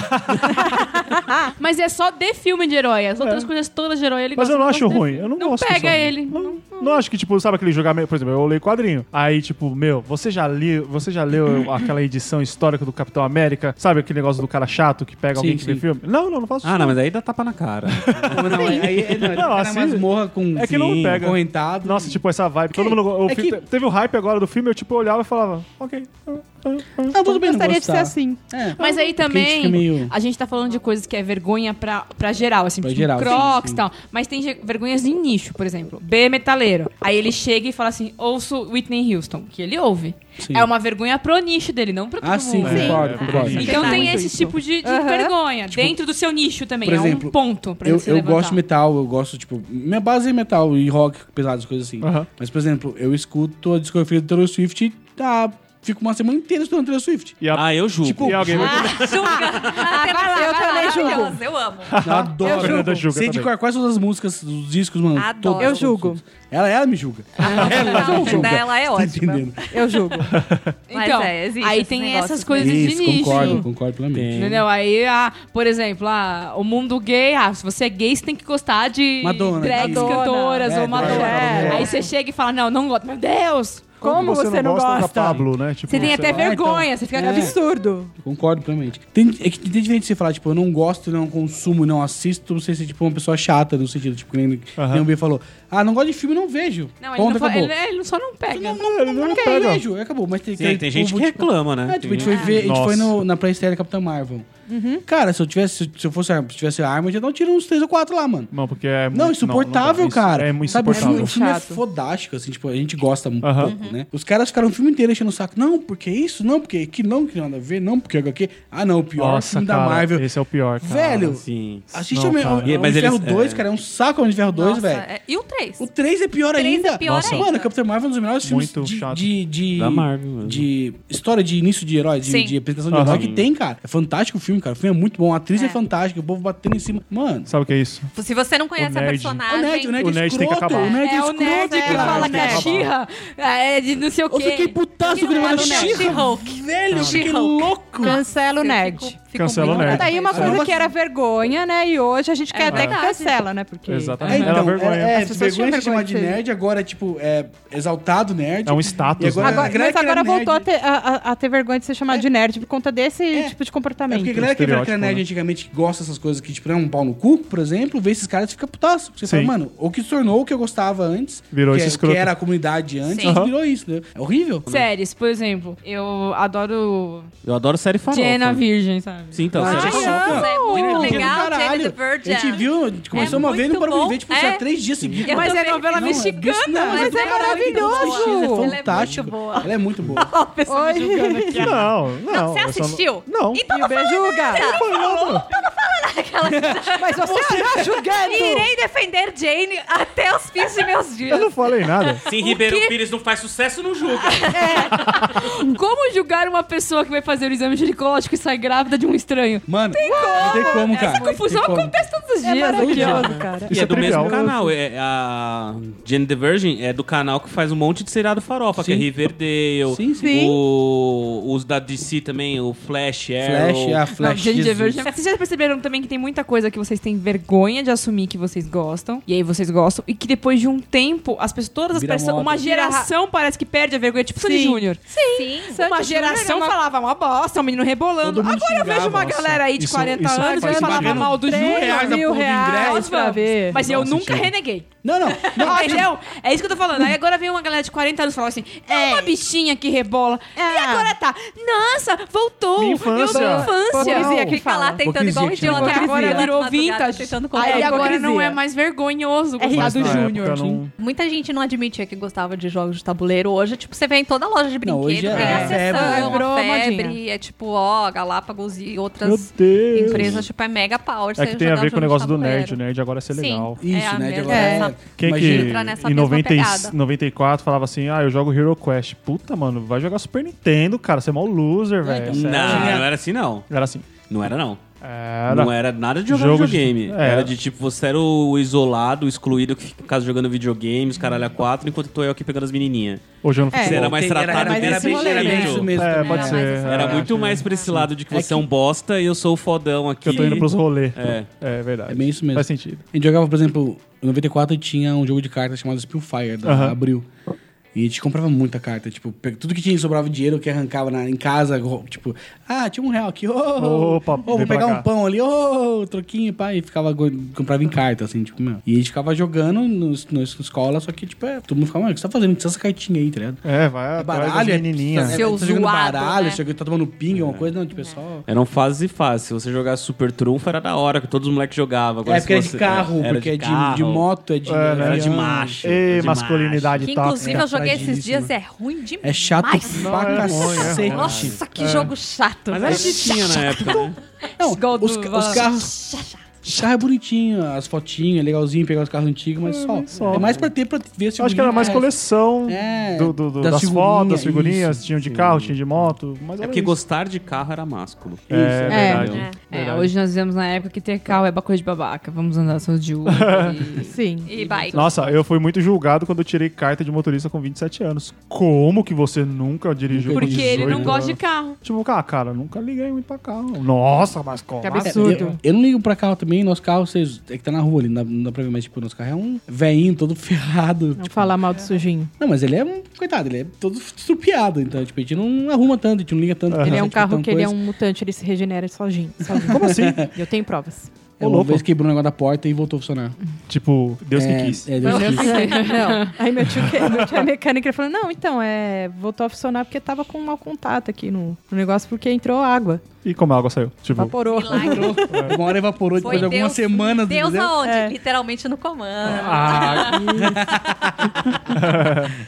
Mas é só de filme de herói. As outras coisas todas de herói ele
Mas
gosta-
eu não acho
gosta de-
ruim. Eu não,
Não
gosto
pega
pessoalmente.
ele.
Não, não acho que, tipo, sabe aquele jogar... Por exemplo, eu leio quadrinho. Aí, tipo, meu, você já, li, você já leu aquela edição histórica do Capitão América? Sabe aquele negócio do cara chato que pega alguém que
sim.
vê filme? Não, não, não faço
Ah, não, mas aí dá tapa na cara.
Não, não, aí, aí, não, é um ele
Não,
fica
assim-
na masmorra com
É que não
sim,
pega.
correntado.
Nossa, tipo, essa vibe. Todo mundo. o
é
fi-
Ah. que-
Teve o hype agora do filme, eu tipo, olhava e falava, ok. ah, ah, ah.
não, tudo bem, não
Gostaria de ser
gostar.
assim.
É.
Mas aí
Porque a gente
também,
fica meio-
a gente tá falando de coisas que é vergonha pra, pra geral, assim,
Pra
tipo
geral, sim,
crocs
sim.
e tal. Mas tem ge- vergonhas em nicho, por exemplo. B metaleiro. Aí ele chega e fala assim, ouço Whitney Houston, que ele ouve.
Sim.
É uma vergonha pro nicho dele, não pra todo
Ah, é sim,
mundo.
Sim.
concordo, concordo.
Sim.
Então tem
Muito
esse
isso.
tipo de, de
Aham.
vergonha dentro do seu nicho também.
Tipo, por exemplo,
é um ponto pra
Eu,
você
eu
levantar.
gosto de metal, eu gosto, tipo, minha base é metal e rock pesadas, coisas assim.
Aham.
Mas, por exemplo, eu escuto a discografia do Taylor Swift e tá, fico uma semana inteira estudando Taylor Swift.
E, a-
ah, eu julgo.
Tipo,
e alguém vai.
Ah,
eu também julgo.
Maravilhosa, eu amo.
Eu adoro.
Fernanda julga
Sei de
também.
quais, quais são as músicas, os discos, mano.
Adoro. Ah,
todos,
Eu
todos,
julgo.
todos. Ela, ela me julga.
Não, Fernanda, ela é
Tá
ótima.
entendendo?
Eu julgo.
Mas
Então,
é, existe
aí
esse
tem
negócio
essas
de-
coisas
Isso,
de nicho.
concordo, concordo plenamente.
Entendeu? Aí, ah, por exemplo, ah, o mundo gay, ah, se você é gay, você tem que gostar de
Madonna,
drags,
Madonna.
cantoras
É,
ou Madonna.
é.
Aí você chega e fala, não, não gosto. Meu Deus!
Como você não
da
gosta?
Pablo, né? Tipo,
Você tem até
sei lá.
vergonha, você fica...
É.
Absurdo.
Concordo plenamente. Tem, é que tem diferente de você falar, tipo, eu não gosto, não consumo, não assisto, você ser, tipo, uma pessoa chata, no sentido, tipo, que nem, que nem o B falou. Ah, não gosto de filme, não vejo.
Não, ele,
Ponto,
não fala-
acabou.
ele- é, né? ele só não pega.
Não, não, não,
não
não, quer,
pega.
eu vejo, acabou. Mas tem,
Sim, tem, gente que
tipo,
reclama, né?
É, tipo, a
Tem-
gente foi ver, a gente
Nossa.
foi no, na pré-estreia da Capitã Marvel.
Uhum.
Cara, se eu tivesse, se eu fosse, se tivesse arma, eu já não tiro uns três ou quatro lá, mano.
Não, porque é muito-
Não, insuportável,
não, isso
cara.
É muito
Sabe, o filme-
insuportável.
O filme é
Chato.
fodástico, assim, tipo, a gente gosta um
Aham.
pouco, né? Os caras ficaram o filme inteiro enchendo o saco. Não, porque isso, não, porque aquilo, não, que nada a ver, não, porque HQ. Ah, não, o pior
Nossa,
filme
cara,
da Marvel.
esse é o pior, cara.
Velho,
Sim.
assiste
Não,
o
cara.
Homem-
E-
Homem
mas
de Ferro
eles-
2,
é.
cara, é um saco o Homem de Ferro 2,
Nossa,
velho.
é- E o 3?
O 3 é pior
O três
ainda.
é pior Nossa. ainda.
Mano, Capitão Marvel é um dos melhores filmes
Muito
de,
chato.
de, de-
Da Marvel mesmo.
de história de início de herói, de,
Sim.
de apresentação de
Aham.
herói que tem, cara. É fantástico o filme, cara. O filme é muito bom, a atriz é,
É.
fantástica, o povo batendo em cima. Mano,
Sabe o que é isso?
Se você não conhece a
nerd.
o
personagem...
nerd, né? o nerd,
O nerd tem que
escroto,
acabar.
O nerd
É o
escroto,
nerd que
cara.
fala que é
Acabar.
xirra, é de não sei o quê.
Eu fiquei putaço com o negócio da
She-Hulk.
Xirra. Velho, eu fiquei
She-Hulk.
louco.
Cancela o
Eu
nerd.
fico- fico
Cancela o
muito-
nerd.
Daí uma
Cancela.
coisa que era vergonha, né? E hoje a gente quer até que
verdade.
cancela, né? Porque
Exatamente.
É,
Era
então,
vergonha.
é, é
As pessoas tinham
vergonha de chamar
vergonha
de
de ser-
nerd, agora, tipo, é exaltado nerd.
É um
E
status,
agora-
né?
Agora,
galera
mas
que era
agora voltou a
nerd-
ter, a, a- a ter vergonha de ser chamado de nerd por conta desse
É.
tipo de
É
comportamento.
porque a galera que era
Estereótipo,
aquela nerd
né?
antigamente que gosta dessas coisas que, tipo, é um pau no cu, por exemplo, vê esses caras e fica putaço. Porque você
Sim.
fala, mano, o que se tornou o que eu gostava antes,
Virou
que,
esse
é-
escroto.
que era a comunidade antes,
Sim.
Aham.
virou isso, né? É horrível.
Séries, por exemplo, eu adoro
Eu adoro série
Tá
farofa.
Jenna Virgem, sabe?
Sim, então, série
Ai,
farofa.
nossa, é muito
Porque do
legal, Jane the
caralho,
Virgin.
A gente viu, a gente começou
É
uma vez e não
muito
parou de
bom.
ver, tipo, sei lá,
É.
três dias seguidos.
Eu
Mas é
também-
novela
Não, é disso-
mexicana. né?
não,
mas
do
é
caralho, que
maravilhoso.
gostoso,
Ela é
É
muito
fantástico.
boa.
Ela é muito boa.
Ó, a pessoa me
Oi.
julgando aqui.
Não, não.
Não, você
eu só
assistiu?
Não.
Então
E
não
o B julga.
Foi nada.
Mas você está julgando!
irei defender Jane até os fins de meus
Eu
dias.
não falei nada.
Sim, Ribeiro Pires não faz sucesso, não julga.
Como julgar uma pessoa que vai fazer o exame ginecológico e sai grávida de um estranho?
Mano, não tem como, cara.
Essa confusão
Tem como.
acontece todos os
É
dias aqui, ó.
maravilhoso, cara.
E
Isso
é,
é
do mesmo
trivial.
canal. É, a Jane the Virgin é do canal que faz um monte de seriado farofa, que é
Sim.
Riverdale.
Sim, sim.
o- os da DC também, o Flash, Arrow.
Flash, a
Não, é
Flash.
Jane the
Jesus.
Virgin. Vocês já perceberam também que tem muita coisa que vocês têm vergonha de assumir que vocês gostam, e aí vocês gostam, e que depois de um tempo, as pessoas, todas as
Vira
pessoas,
moda.
uma geração parece que perde a vergonha, tipo Sandy
Sim.
Júnior.
Sim.
Uma geração falava uma bosta, um menino rebolando.
Todo mundo
Agora eu
xingava,
vejo uma
nossa.
galera aí de
Isso-
40
isso
anos
faz
que falava
sentido.
mal do
Três
Júnior.
reais da
mil
porra do
reais
ingresso,
pra ver.
Mas eu
Nossa,
nunca
gente.
reneguei.
Não, não. não
Ó, Entendeu? É isso que eu tô falando. Aí agora vem uma galera de 40 anos e fala assim: é, uma bichinha que rebola. E
É.
agora tá. Nossa, voltou!
Minha infância.
Eu sou infância.
Hipocrisia que
Fica lá
fala.
tentando igual um
Hipocrisia que
idiota.
Porque agora
Madrugada,
virou
madrugada,
vintage.
Tentando comprar.
Aí agora
hipocrisia.
não é mais vergonhoso gostar
Mas
do
na
Júnior.
época não-
Muita gente não admitia que gostava de jogos de tabuleiro. Hoje, tipo, você vê em toda loja de
Não,
brinquedo,
hoje
tem
é-
a
é
sessão,
febre,
a
virou
febre.
modinha.
É tipo, ó, Galápagos e
Meu
outras
Deus.
empresas, tipo, é mega power.
É
você
que tem a
jogar um
ver com o
jogo de
negócio do
tabuleiro.
nerd. O nerd agora é ser
Sim.
legal.
Isso,
É a
né? de
merda.
agora
É.
é.
Quem
Imagina.
Entra nessa
que em
mesma
90,
pegada.
94 falava assim, ah, eu jogo Hero Quest. Puta, mano, vai jogar Super Nintendo, cara. Você é mó loser, velho.
Hum.
então.
Sério.
Não,
Tinha-
não era assim, não.
Era assim.
Não era, não.
Era.
Não é. era nada de jogar
Jogo
videogame.
de- é.
Era de tipo, você era o isolado, o excluído que ficava jogando videogame, os caralho a quatro, enquanto tô eu aqui pegando as menininhas.
Hoje eu não
É.
Você era mais
Era-
tratado
era mais
desse
esse rolê,
jeito.
era bem isso mesmo.
É,
também.
pode
Era
ser.
mais assim.
é,
Era
acho
muito
que-
mais pra esse lado de que
É
você é um bosta e eu sou o fodão aqui.
Que eu tô indo pros rolês.
É.
É verdade.
É bem isso mesmo.
Faz sentido.
A gente jogava, por exemplo, em 94 tinha um jogo de cartas chamado Spillfire, da
Aham.
Abril. E a gente comprava muita carta, tipo, pe- tudo que tinha sobrava dinheiro que arrancava na- em casa, ro- tipo, ah, tinha um real aqui, ô,
Opa,
ô, vou
vem pra
pegar
cá.
um pão ali, ô, troquinho, pá, e ficava, go- comprava em carta, assim, tipo, meu. E a gente ficava jogando nos- na escola, só que, tipo, é, todo mundo ficava, mano, o que você tá fazendo? Tira essa cartinha aí, tá ligado?
É, vai
É
atrás das
baralho, é,
menininhas.
tá- é,
Seu
tá jogando
zoado,
baralho,
né?
você tá tomando ping, alguma coisa, não, tipo, é só...
Eram fases e fases. um Se você jogasse Super Trunfo, era da hora, que todos os moleques jogavam. Agora,
É
se
porque é de
você-
carro,
era
porque é de,
carro.
de moto, é de...
É, né?
Era de
avião.
macho.
Ei,
era de
masculinidade
Que
tóxica.
inclusive eu joguei esses
Fragilíssima.
assim,
dias, é ruim demais.
É chato
Não,
pra
é ruim, é
cacete.
ruim.
Nossa, que jogo
macho.
chato.
Mas era
velho.
chitinha na época, né?
Não,
Igual do-
os, ca- os
vai lá.
carros. Os carros é bonitinho, as fotinhas, é legalzinho pegar os carros antigos, mas só.
só.
É mais pra ter, pra ver se
Eu acho que era mais coleção
É,
do- do- do-
das
das,
figurinhas,
fotos, das figurinhas.
isso,
tinha de
sim.
carro, tinha de moto. Mas
É
era
porque né?
isso.
gostar de carro era másculo.
É, é verdade.
É.
É,
Verdade.
hoje nós vivemos na época que ter carro é uma coisa de babaca. Vamos andar só de Uber. e-
Sim.
E vai.
Nossa, eu fui muito julgado quando eu tirei carta de motorista com 27 anos. Como que você nunca dirigiu com
Porque ele não
18
gosta de
anos?
carro.
Tipo, ah, cara, nunca liguei muito pra carro. Nossa, mas como?
Que
assim?
absurdo.
Eu, eu não ligo pra carro também, nosso carro, vocês. É que tá na rua ali, não dá, não dá pra ver, mas tipo, nosso carro é um veinho todo ferrado.
Não
tipo,
falar mal do sujinho.
Não, mas ele é um. Coitado, ele é todo estrupiado. Então, tipo, a gente não arruma tanto, a gente não liga tanto.
Ele é um
tipo,
carro
tanta
que ele é
coisa.
um mutante, ele se regenera sozinho. sozinho.
Como assim?
E eu tenho provas.
É,
Ô,
uma
louco.
vez quebrou um negócio da porta e voltou a funcionar.
tipo, Deus
é,
que quis.
É, Deus que quis.
não. Aí meu tio, que, meu tio é mecânico, ele falou, não, então, é, voltou a funcionar porque tava com um mau contato aqui no, no negócio, porque entrou água,
E como a água saiu? Tipo,
evaporou.
Milagre.
Uma hora evaporou depois de algumas semanas.
Deus
entendeu?
aonde?
É.
Literalmente no comando.
ah,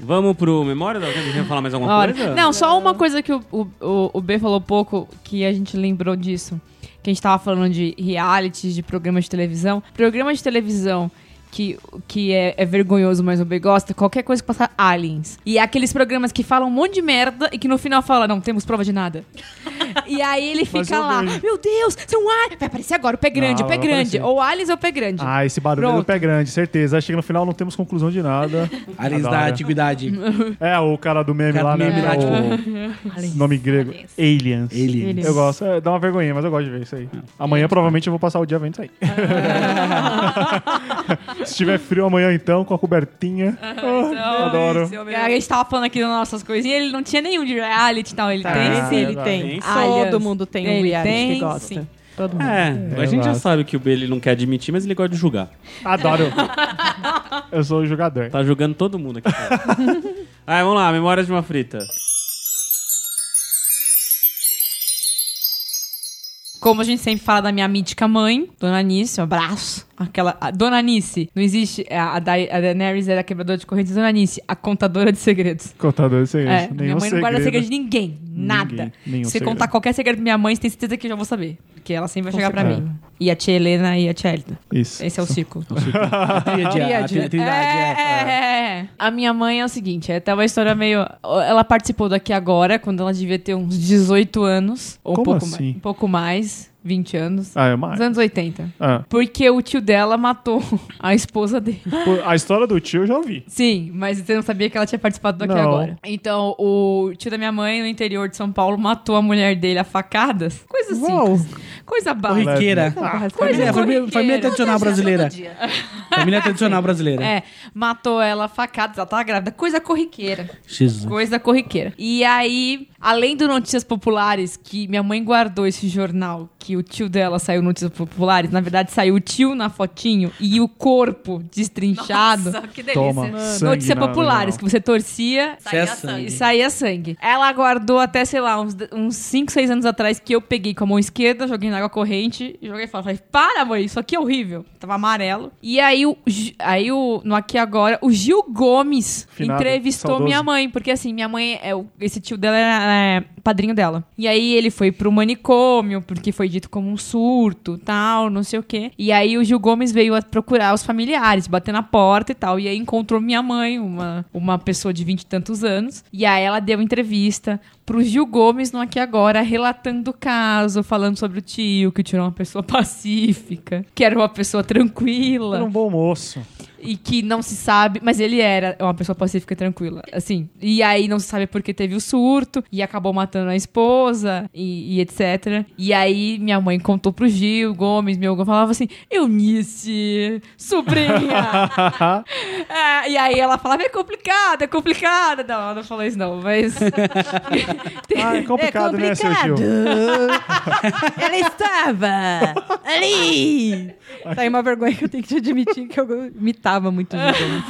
Vamos pro Memória da Alguém quer falar mais alguma
Hora.
coisa?
Não, só uma coisa que o, o, o- o B falou pouco, que a gente lembrou disso. Que a gente tava falando de realities, de programas de televisão. Programa de televisão que, que é, é vergonhoso, mas o B gosta, qualquer coisa que passar aliens. E é aqueles programas que falam um monte de merda e que no final fala, não temos prova de nada. e aí ele
Mas
fica
eu
lá,
vejo.
meu Deus, são aliens. Vai aparecer agora o pé grande,
Não,
o pé
vai
grande.
aparecer.
Ou aliens ou pé grande.
ah, esse barulho é do
Pronto.
pé grande, certeza. Aí chega no final, não temos conclusão de nada.
Aliens da
Adoro.
antiguidade.
É, o cara do meme
Cara
lá,
do meme
né?
lá, tipo,
O nome grego.
Aliens.
Aliens.
Aliens.
Eu gosto. É, dá uma vergonha, mas eu gosto de ver isso aí. Amanhã, provavelmente, eu vou passar o dia vendo isso aí.
Ah.
Se tiver frio amanhã, então, com a cobertinha.
então é
Ah, adoro.
A gente tava falando aqui das nossas coisinhas, ele não tinha nenhum de reality e tal. é Ele
É,
tem
Esse ele
verdade.
tem.
Tem
Todo
aliens.
mundo tem um
Ele
reality
tem,
que gosta.
sim.
Todo mundo.
É, a gente já
massa.
sabe que o B ele não quer admitir, mas ele gosta de julgar.
Adoro. eu sou o jogador.
Tá julgando todo mundo aqui. cara. ah, vamos lá, Memórias de uma Frita.
Como a gente sempre fala da minha mítica mãe, Dona Anice, um abraço. Aquela. a Dona Anice, não existe. A, a, da, a Daenerys era a quebradora de correntes. Dona Anice, a contadora de segredos.
Contador, isso é
É,
isso.
minha
Nenhum
mãe não guarda segredo de
segredo.
ninguém. Nada.
nenhum
Se você
segredo.
contar qualquer segredo pra minha mãe, você tem certeza que eu já vou saber. Porque ela sempre vai chegar pra
certeza.
mim. E a tia Helena e a tia Elida.
Isso.
Esse é o ciclo.
A tríade, a
Tríade.
tri- a trindade, é.
É, é. A minha mãe é o seguinte, é até uma história meio. Ela participou daqui agora, quando ela devia ter uns 18 anos. Ou
Como
um pouco
assim?
mais. Um pouco mais, 20 anos.
Ah, é mais.
Dos anos 80.
Ah,
Porque o tio dela matou a esposa dele.
pô, a história do tio eu já ouvi.
Sim, mas você não sabia que ela tinha participado do Aqui
Não.
Agora. Então, o tio da minha mãe, no interior de São Paulo, matou a mulher dele a facadas. Coisa simples. Coisa básica.
Corriqueira.
Coisa
Família, família,
corriqueira.
família
é
tradicional brasileira. Família tradicional brasileira.
É, matou ela a facadas, ela tava grávida. Coisa corriqueira.
Jesus.
Coisa corriqueira. E aí, além do Notícias Populares, que minha mãe guardou esse jornal, que o tio dela saiu Notícias Populares, na verdade saiu o tio na fotinho e o corpo destrinchado.
Nossa, que delícia.
Toma. é sangue
Notícias
na-
Populares, que você torcia
Saía
Cessa.
e
sangue.
saía sangue. Ela guardou até, sei lá, uns, uns 5, 6 anos atrás que eu peguei com a mão esquerda, joguei na água corrente, e joguei fora. Falei, para, mãe, isso aqui é horrível. Tava amarelo. E aí, o, Gi- aí o, no Aqui Agora, o Gil Gomes
Finado,
entrevistou
saudoso.
minha mãe, porque assim, minha mãe, é, o- esse tio dela era é, padrinho dela. E aí ele foi pro manicômio, porque foi dito como um surto, tal, não sei o quê. E aí o Gil Gomes veio a procurar os familiares, bater na porta e tal. E aí encontrou minha mãe, uma, uma pessoa de vinte e tantos anos. E aí ela deu entrevista pro Gil Gomes no Aqui Agora, relatando o caso, falando sobre o tio, que o tio era uma pessoa pacífica, que era uma pessoa tranquila
Era um bom moço.
e que não se sabe, mas ele era uma pessoa pacífica e tranquila, assim. E aí não se sabe porque teve o surto e acabou matando a esposa e, e etc. E aí minha mãe contou pro Gil Gomes, meu avô falava assim: Eunice, sobrinha. Ah, e aí ela falava: é complicado, é complicado. Não, ela não falou isso não, mas.
Ah, é complicado, né, seu Gil?
Ela estava ali! Tá aí uma vergonha que eu tenho que te admitir que eu imitava muito o Gil Gomes.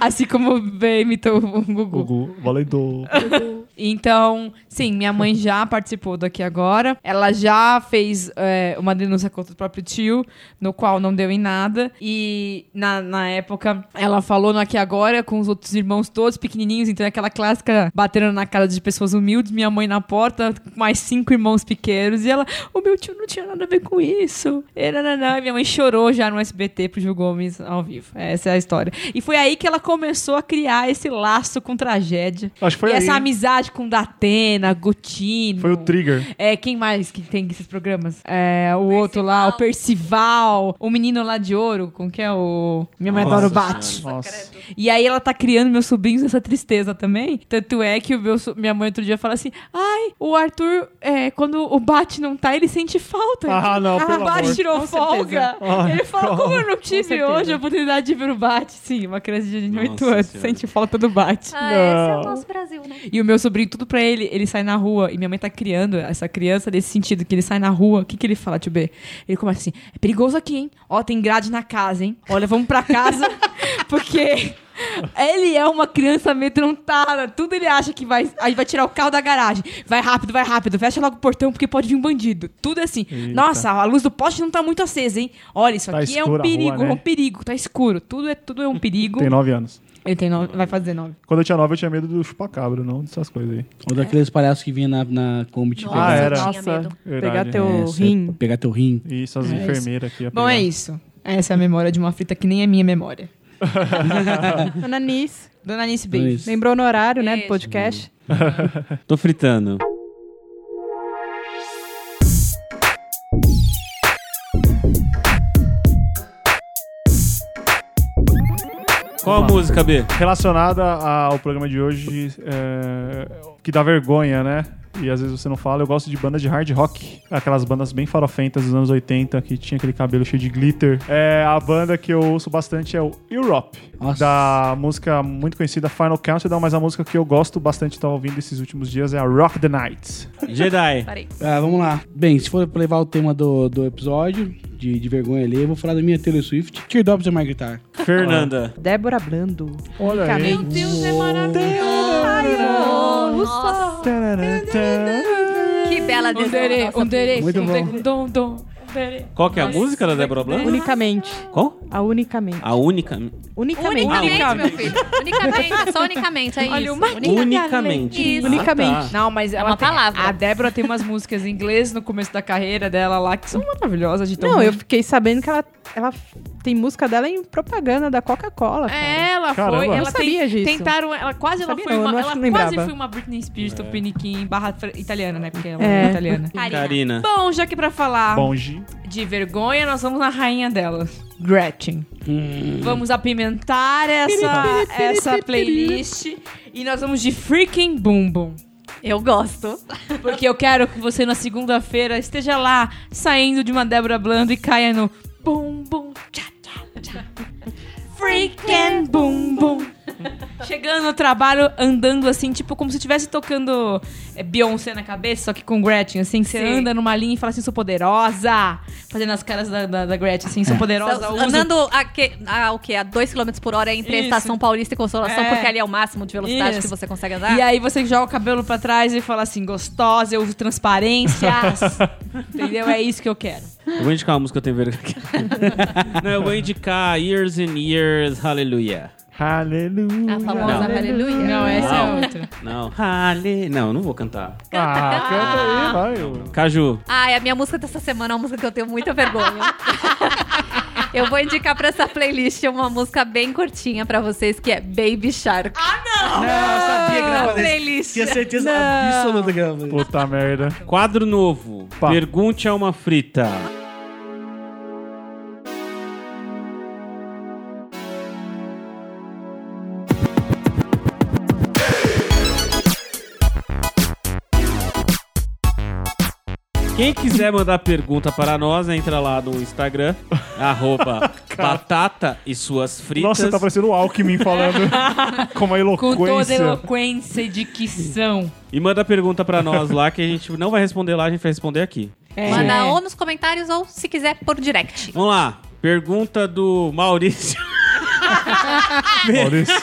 assim como o B imitou o Gugu.
Gugu, valendo.
Então, sim, minha mãe já participou daqui agora. Ela já fez é, uma denúncia contra o próprio tio, no qual não deu em nada. E na, na época, ela falou no aqui agora com os outros irmãos todos pequenininhos. Então, é aquela clássica batendo na cara de pessoas humildes. Minha mãe na porta, mais cinco irmãos pequenos. E ela, o meu tio não tinha nada a ver com isso. E, nananã, e minha mãe chorou já no SBT pro Gil Gomes ao vivo. Essa é a história. E foi aí que ela começou a criar esse laço com tragédia
Acho que foi
e
aí.
essa
hein?
amizade com Datena, Gotino.
Foi o trigger.
É, quem mais que tem esses programas? É, o outro lá, o Percival, o menino lá de ouro, com que é o. Minha mãe adora o Bate.
Nossa.
E aí ela tá criando meus sobrinhos essa tristeza também. Tanto é que o meu, so- minha mãe outro dia fala assim: ai, o Arthur, é, quando o Bate não tá, ele sente falta.
Ah, não,
o
pelo
Bate
amor.
tirou
Com
folga.
certeza.
Ah,
ele fala: como eu não tive
certeza.
hoje a oportunidade de ver o Bate? Sim, uma criança de 8
Nossa
anos
Senhora.
sente falta do Bate.
Ah, esse é
Não.
o nosso Brasil, né?
E o meu sobrinho, tudo pra ele, ele sai na rua. E minha mãe tá criando essa criança nesse sentido, que ele sai na rua. O que, que ele fala, tio B? Ele começa assim: é perigoso aqui, hein? Ó, tem grade na casa, hein? Olha, vamos pra casa, porque. Ele é uma criança amedrontada. Tudo ele acha que vai. Aí vai tirar o carro da garagem. Vai rápido, vai rápido. Fecha logo o portão porque pode vir um bandido. Tudo assim. Nossa, a luz do poste não tá muito acesa, hein? Olha, isso
Tá
aqui é
escura
um
a rua,
perigo,
né?
é um perigo. Tá escuro. Tudo é, tudo é um perigo.
Tem nove anos.
Ele tem nove, vai fazer nove.
Quando eu tinha nove, eu tinha medo do chupacabra, não dessas coisas aí.
Ou daqueles palhaços que vinha na, na Kombi te
Nossa,
Ah,
pegar.
era.
eu tinha
Nossa,
medo.
pegar
Verdade.
É,
teu
você
rim.
Pegar teu rim.
E isso, as
É isso.
enfermeiras aqui.
Bom, é isso. Essa é a memória de uma fita que nem é minha memória.
Ana Nis,
Dona Anice Beijo.
Então é Isso.
lembrou no horário, né, do
Beijo.
podcast.
Tô fritando. Qual a
Vamos lá.
música, B?
Relacionada ao programa de hoje, é, que dá vergonha, né? E às vezes você não fala, eu gosto de bandas de hard rock. Aquelas bandas bem farofentas dos anos 80, que tinha aquele cabelo cheio de glitter. É, a banda que eu ouço bastante é o Europe,
Nossa.
da música muito conhecida Final Countdown, mas a música que eu gosto bastante de estar ouvindo esses últimos dias é a Rock the Night.
Jedi.
Parei.
Ah, vamos lá. Bem, se for pra levar o tema do, do episódio, de, de vergonha ali, eu vou falar da minha Taylor Swift. Teardrops é Margaret.
Fernanda.
Débora Blando.
Olha aí.
Meu
Deus, é maravilhoso. Nossa, que bela
Undere,
desenho.
undere,
Muito
undere,
bom.
Dom, dom, undere.
Qual que é a música da Débora Blanco?
Unicamente.
Qual?
A unicamente.
A única.
Unicamente.
Unicamente,
Ah,
meu filho. Unicamente, só unicamente, é isso.
Olha, uma
Unicamente.
Isso.
Ah, tá.
Unicamente.
Não, mas ela
uma
tem-
palavra.
A Débora tem umas músicas em inglês no começo da carreira dela lá que são maravilhosas de tão
Não,
ruim.
eu fiquei sabendo que ela, ela tem música dela em propaganda da Coca-Cola. cara.
É, Ela
Caramba.
foi,
Eu
ela
não
tem-
sabia disso.
tentaram, ela quase ela
Sabia
foi
não, eu
uma,
não acho
ela
que não
quase
lembrava.
foi uma Britney Spears tupiniquim barra fra- italiana, né? Porque ela
É.
é italiana.
Karina.
Karina.
Bom, já que pra falar
Bonge.
de vergonha, nós vamos na rainha dela, Gretchen. Vamos apimentar essa, essa playlist e nós vamos de freaking boom boom.
Eu gosto.
Porque eu quero que você na segunda-feira esteja lá saindo de uma Débora Blando e caia no boom boom tchá, tchá, tchá. Freaking boom boom. Chegando no trabalho, andando assim, tipo como se estivesse tocando é, Beyoncé na cabeça, só que com Gretchen, assim, que você
Sim.
anda numa linha e fala assim, sou poderosa. Fazendo as caras da, da, da Gretchen, assim, sou poderosa. uso-
É. Andando a, que, a, o quê? a 2 km por hora entre a
Isso.
Estação Paulista e Consolação,
É.
porque ali é o máximo de velocidade
Isso.
que você consegue andar.
E aí você joga o cabelo pra trás e fala assim, gostosa, eu uso transparências. Entendeu? É isso que eu quero.
Eu vou indicar uma música que eu tenho vergonha. Não, eu vou indicar Years and Years, Hallelujah.
Aleluia.
A famosa
Não.
Aleluia.
Não, essa é
Não.
outra.
Não, Halle. Não, eu não vou cantar.
Ah, canta aí, vai.
Caju,
Ai, a minha música dessa semana é uma música que eu tenho muita vergonha. Eu vou indicar pra essa playlist uma música bem curtinha pra vocês, que é Baby Shark.
Não, eu sabia que não ia
na
fazer isso.
playlist.
Tinha certeza absoluta que ela fazia.
Puta merda.
Quadro novo.
Pá.
Pergunte a uma frita. Quem quiser mandar pergunta para nós, entra lá no Instagram, arroba batata e suas fritas.
Nossa, tá parecendo o Alckmin falando com uma
Com toda
eloquência.
eloquência e dicção.
E manda pergunta para nós lá, que a gente não vai responder lá, a gente vai responder aqui.
É.
Manda ou nos comentários ou, se quiser, por direct.
Vamos lá. Pergunta do Maurício.
Maurício,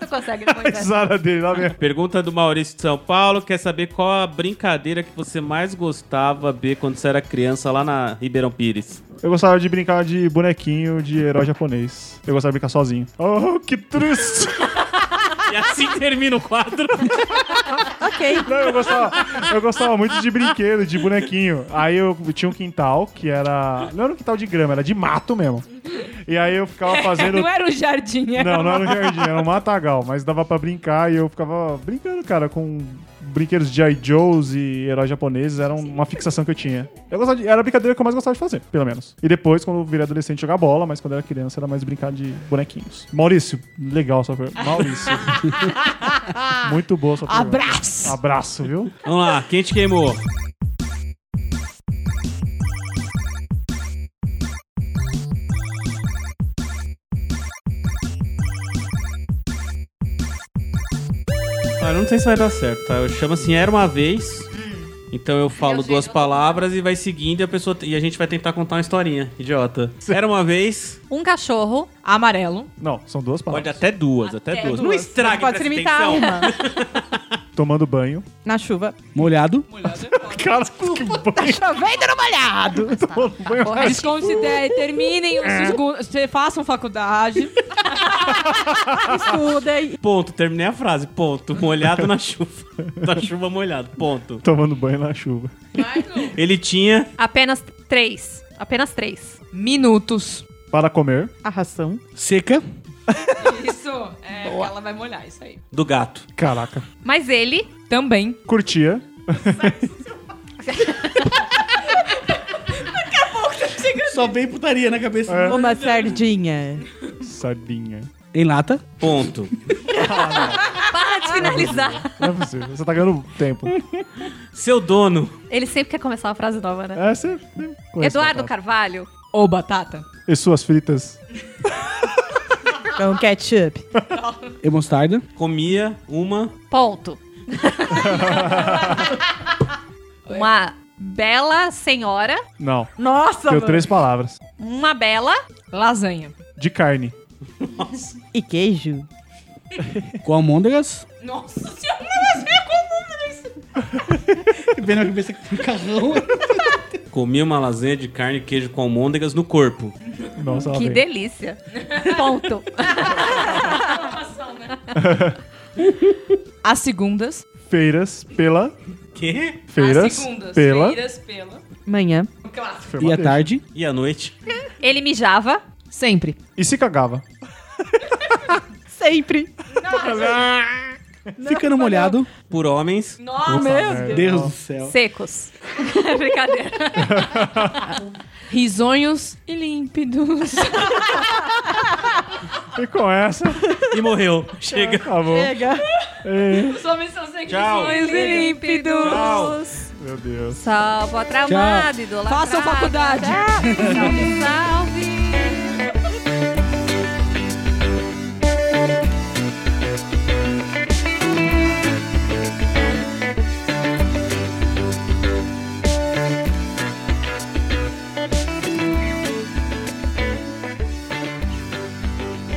Não consegue né?
a risada dele lá mesmo.
Pergunta do Maurício de São Paulo. Quer saber qual a brincadeira que você mais gostava ver quando você era criança lá na Ribeirão Pires?
Eu gostava de brincar de bonequinho de herói japonês. Eu gostava de brincar sozinho. Oh, que triste!
E assim termina o quadro.
Não, eu gostava, eu gostava muito de brinquedo, de bonequinho. Aí eu tinha um quintal que era. Não era um quintal de grama, era de mato mesmo. E aí eu ficava fazendo.
Não era o jardim, era
Não, não era um jardim, era um matagal, mas dava pra brincar e eu ficava brincando, cara, com brinquedos de I. Joes e heróis japoneses, era um, uma fixação que eu tinha. Eu gostava de- era a brincadeira que eu mais gostava de fazer, pelo menos. E depois, quando eu virei adolescente, jogar bola, mas quando eu era criança era mais brincar de bonequinhos. Maurício, legal sua pergunta. Maurício. Muito boa sua pergunta.
Abraço!
Abraço, viu?
Vamos lá. Quem te queimou? Ah, eu não sei se vai dar certo, tá? Eu chamo assim, era uma vez. Então eu falo duas palavras e vai seguindo e a pessoa e a gente vai tentar contar uma historinha, idiota. Era uma vez,
Um cachorro.
Amarelo.
Não, são duas
pode
palavras.
até duas, até, duas. Não estrague,
Pode se
presta
limitar a
atenção.
uma.
Tomando banho.
Na chuva.
Molhado.
Cara, que banho.
Chovendo no molhado.
Tomando banho.
Desconsidere, terminem
É.
os segundos. Cê-
um
Façam faculdade.
Estudem.
Ponto, terminei a frase. Ponto. Molhado na chuva. Na chuva molhado. Ponto.
Tomando banho na chuva.
Ele tinha
Apenas três. Apenas três.
Minutos.
Para comer.
A ração.
Seca.
Isso, é, ela vai molhar isso aí.
do gato.
Caraca.
Mas ele
Também.
Curtia.
Só vem putaria na cabeça.
Uma sardinha.
Sardinha.
Em lata.
Ponto.
para de finalizar.
Não é possível. Você tá ganhando tempo.
Seu dono.
Ele sempre quer começar uma frase nova, né?
É, você conhece
Eduardo
batata.
Carvalho.
Ou batata.
E suas fritas.
Com É um ketchup.
E mostarda.
Comia uma.
Ponto. uma bela senhora.
Não.
Nossa,
Deu
mano.
três palavras.
Uma bela.
Lasanha.
De carne.
E queijo.
Com almôndegas.
Nossa senhora, mas vem comum
Vem na cabeça com carrão.
Comia uma lasanha de carne e queijo com almôndegas no corpo.
Nossa, ela
Que
vem.
delícia. Ponto.
As segundas.
Feiras pela.
Quê?
As
Feiras.
Ah, segundas.
Pela.
Feiras pela.
Manhã.
O clássico.
Foi uma
E à
deixa.
tarde.
E à noite?
Ele mijava.
Sempre.
E se cagava.
Sempre.
Ficando molhado.
Por homens.
Nossa,
Meu
merda.
Deus do céu.
Secos. Brincadeira.
Risonhos e límpidos.
E com essa, tá
E morreu. Chega.
acabou.
Chega.
Ei,
Os homens são sempre
Tchau.
sonhos e
límpidos.
meu Deus.
Salvo atramado, idolatrado.
Façam faculdade.
Salve, salve.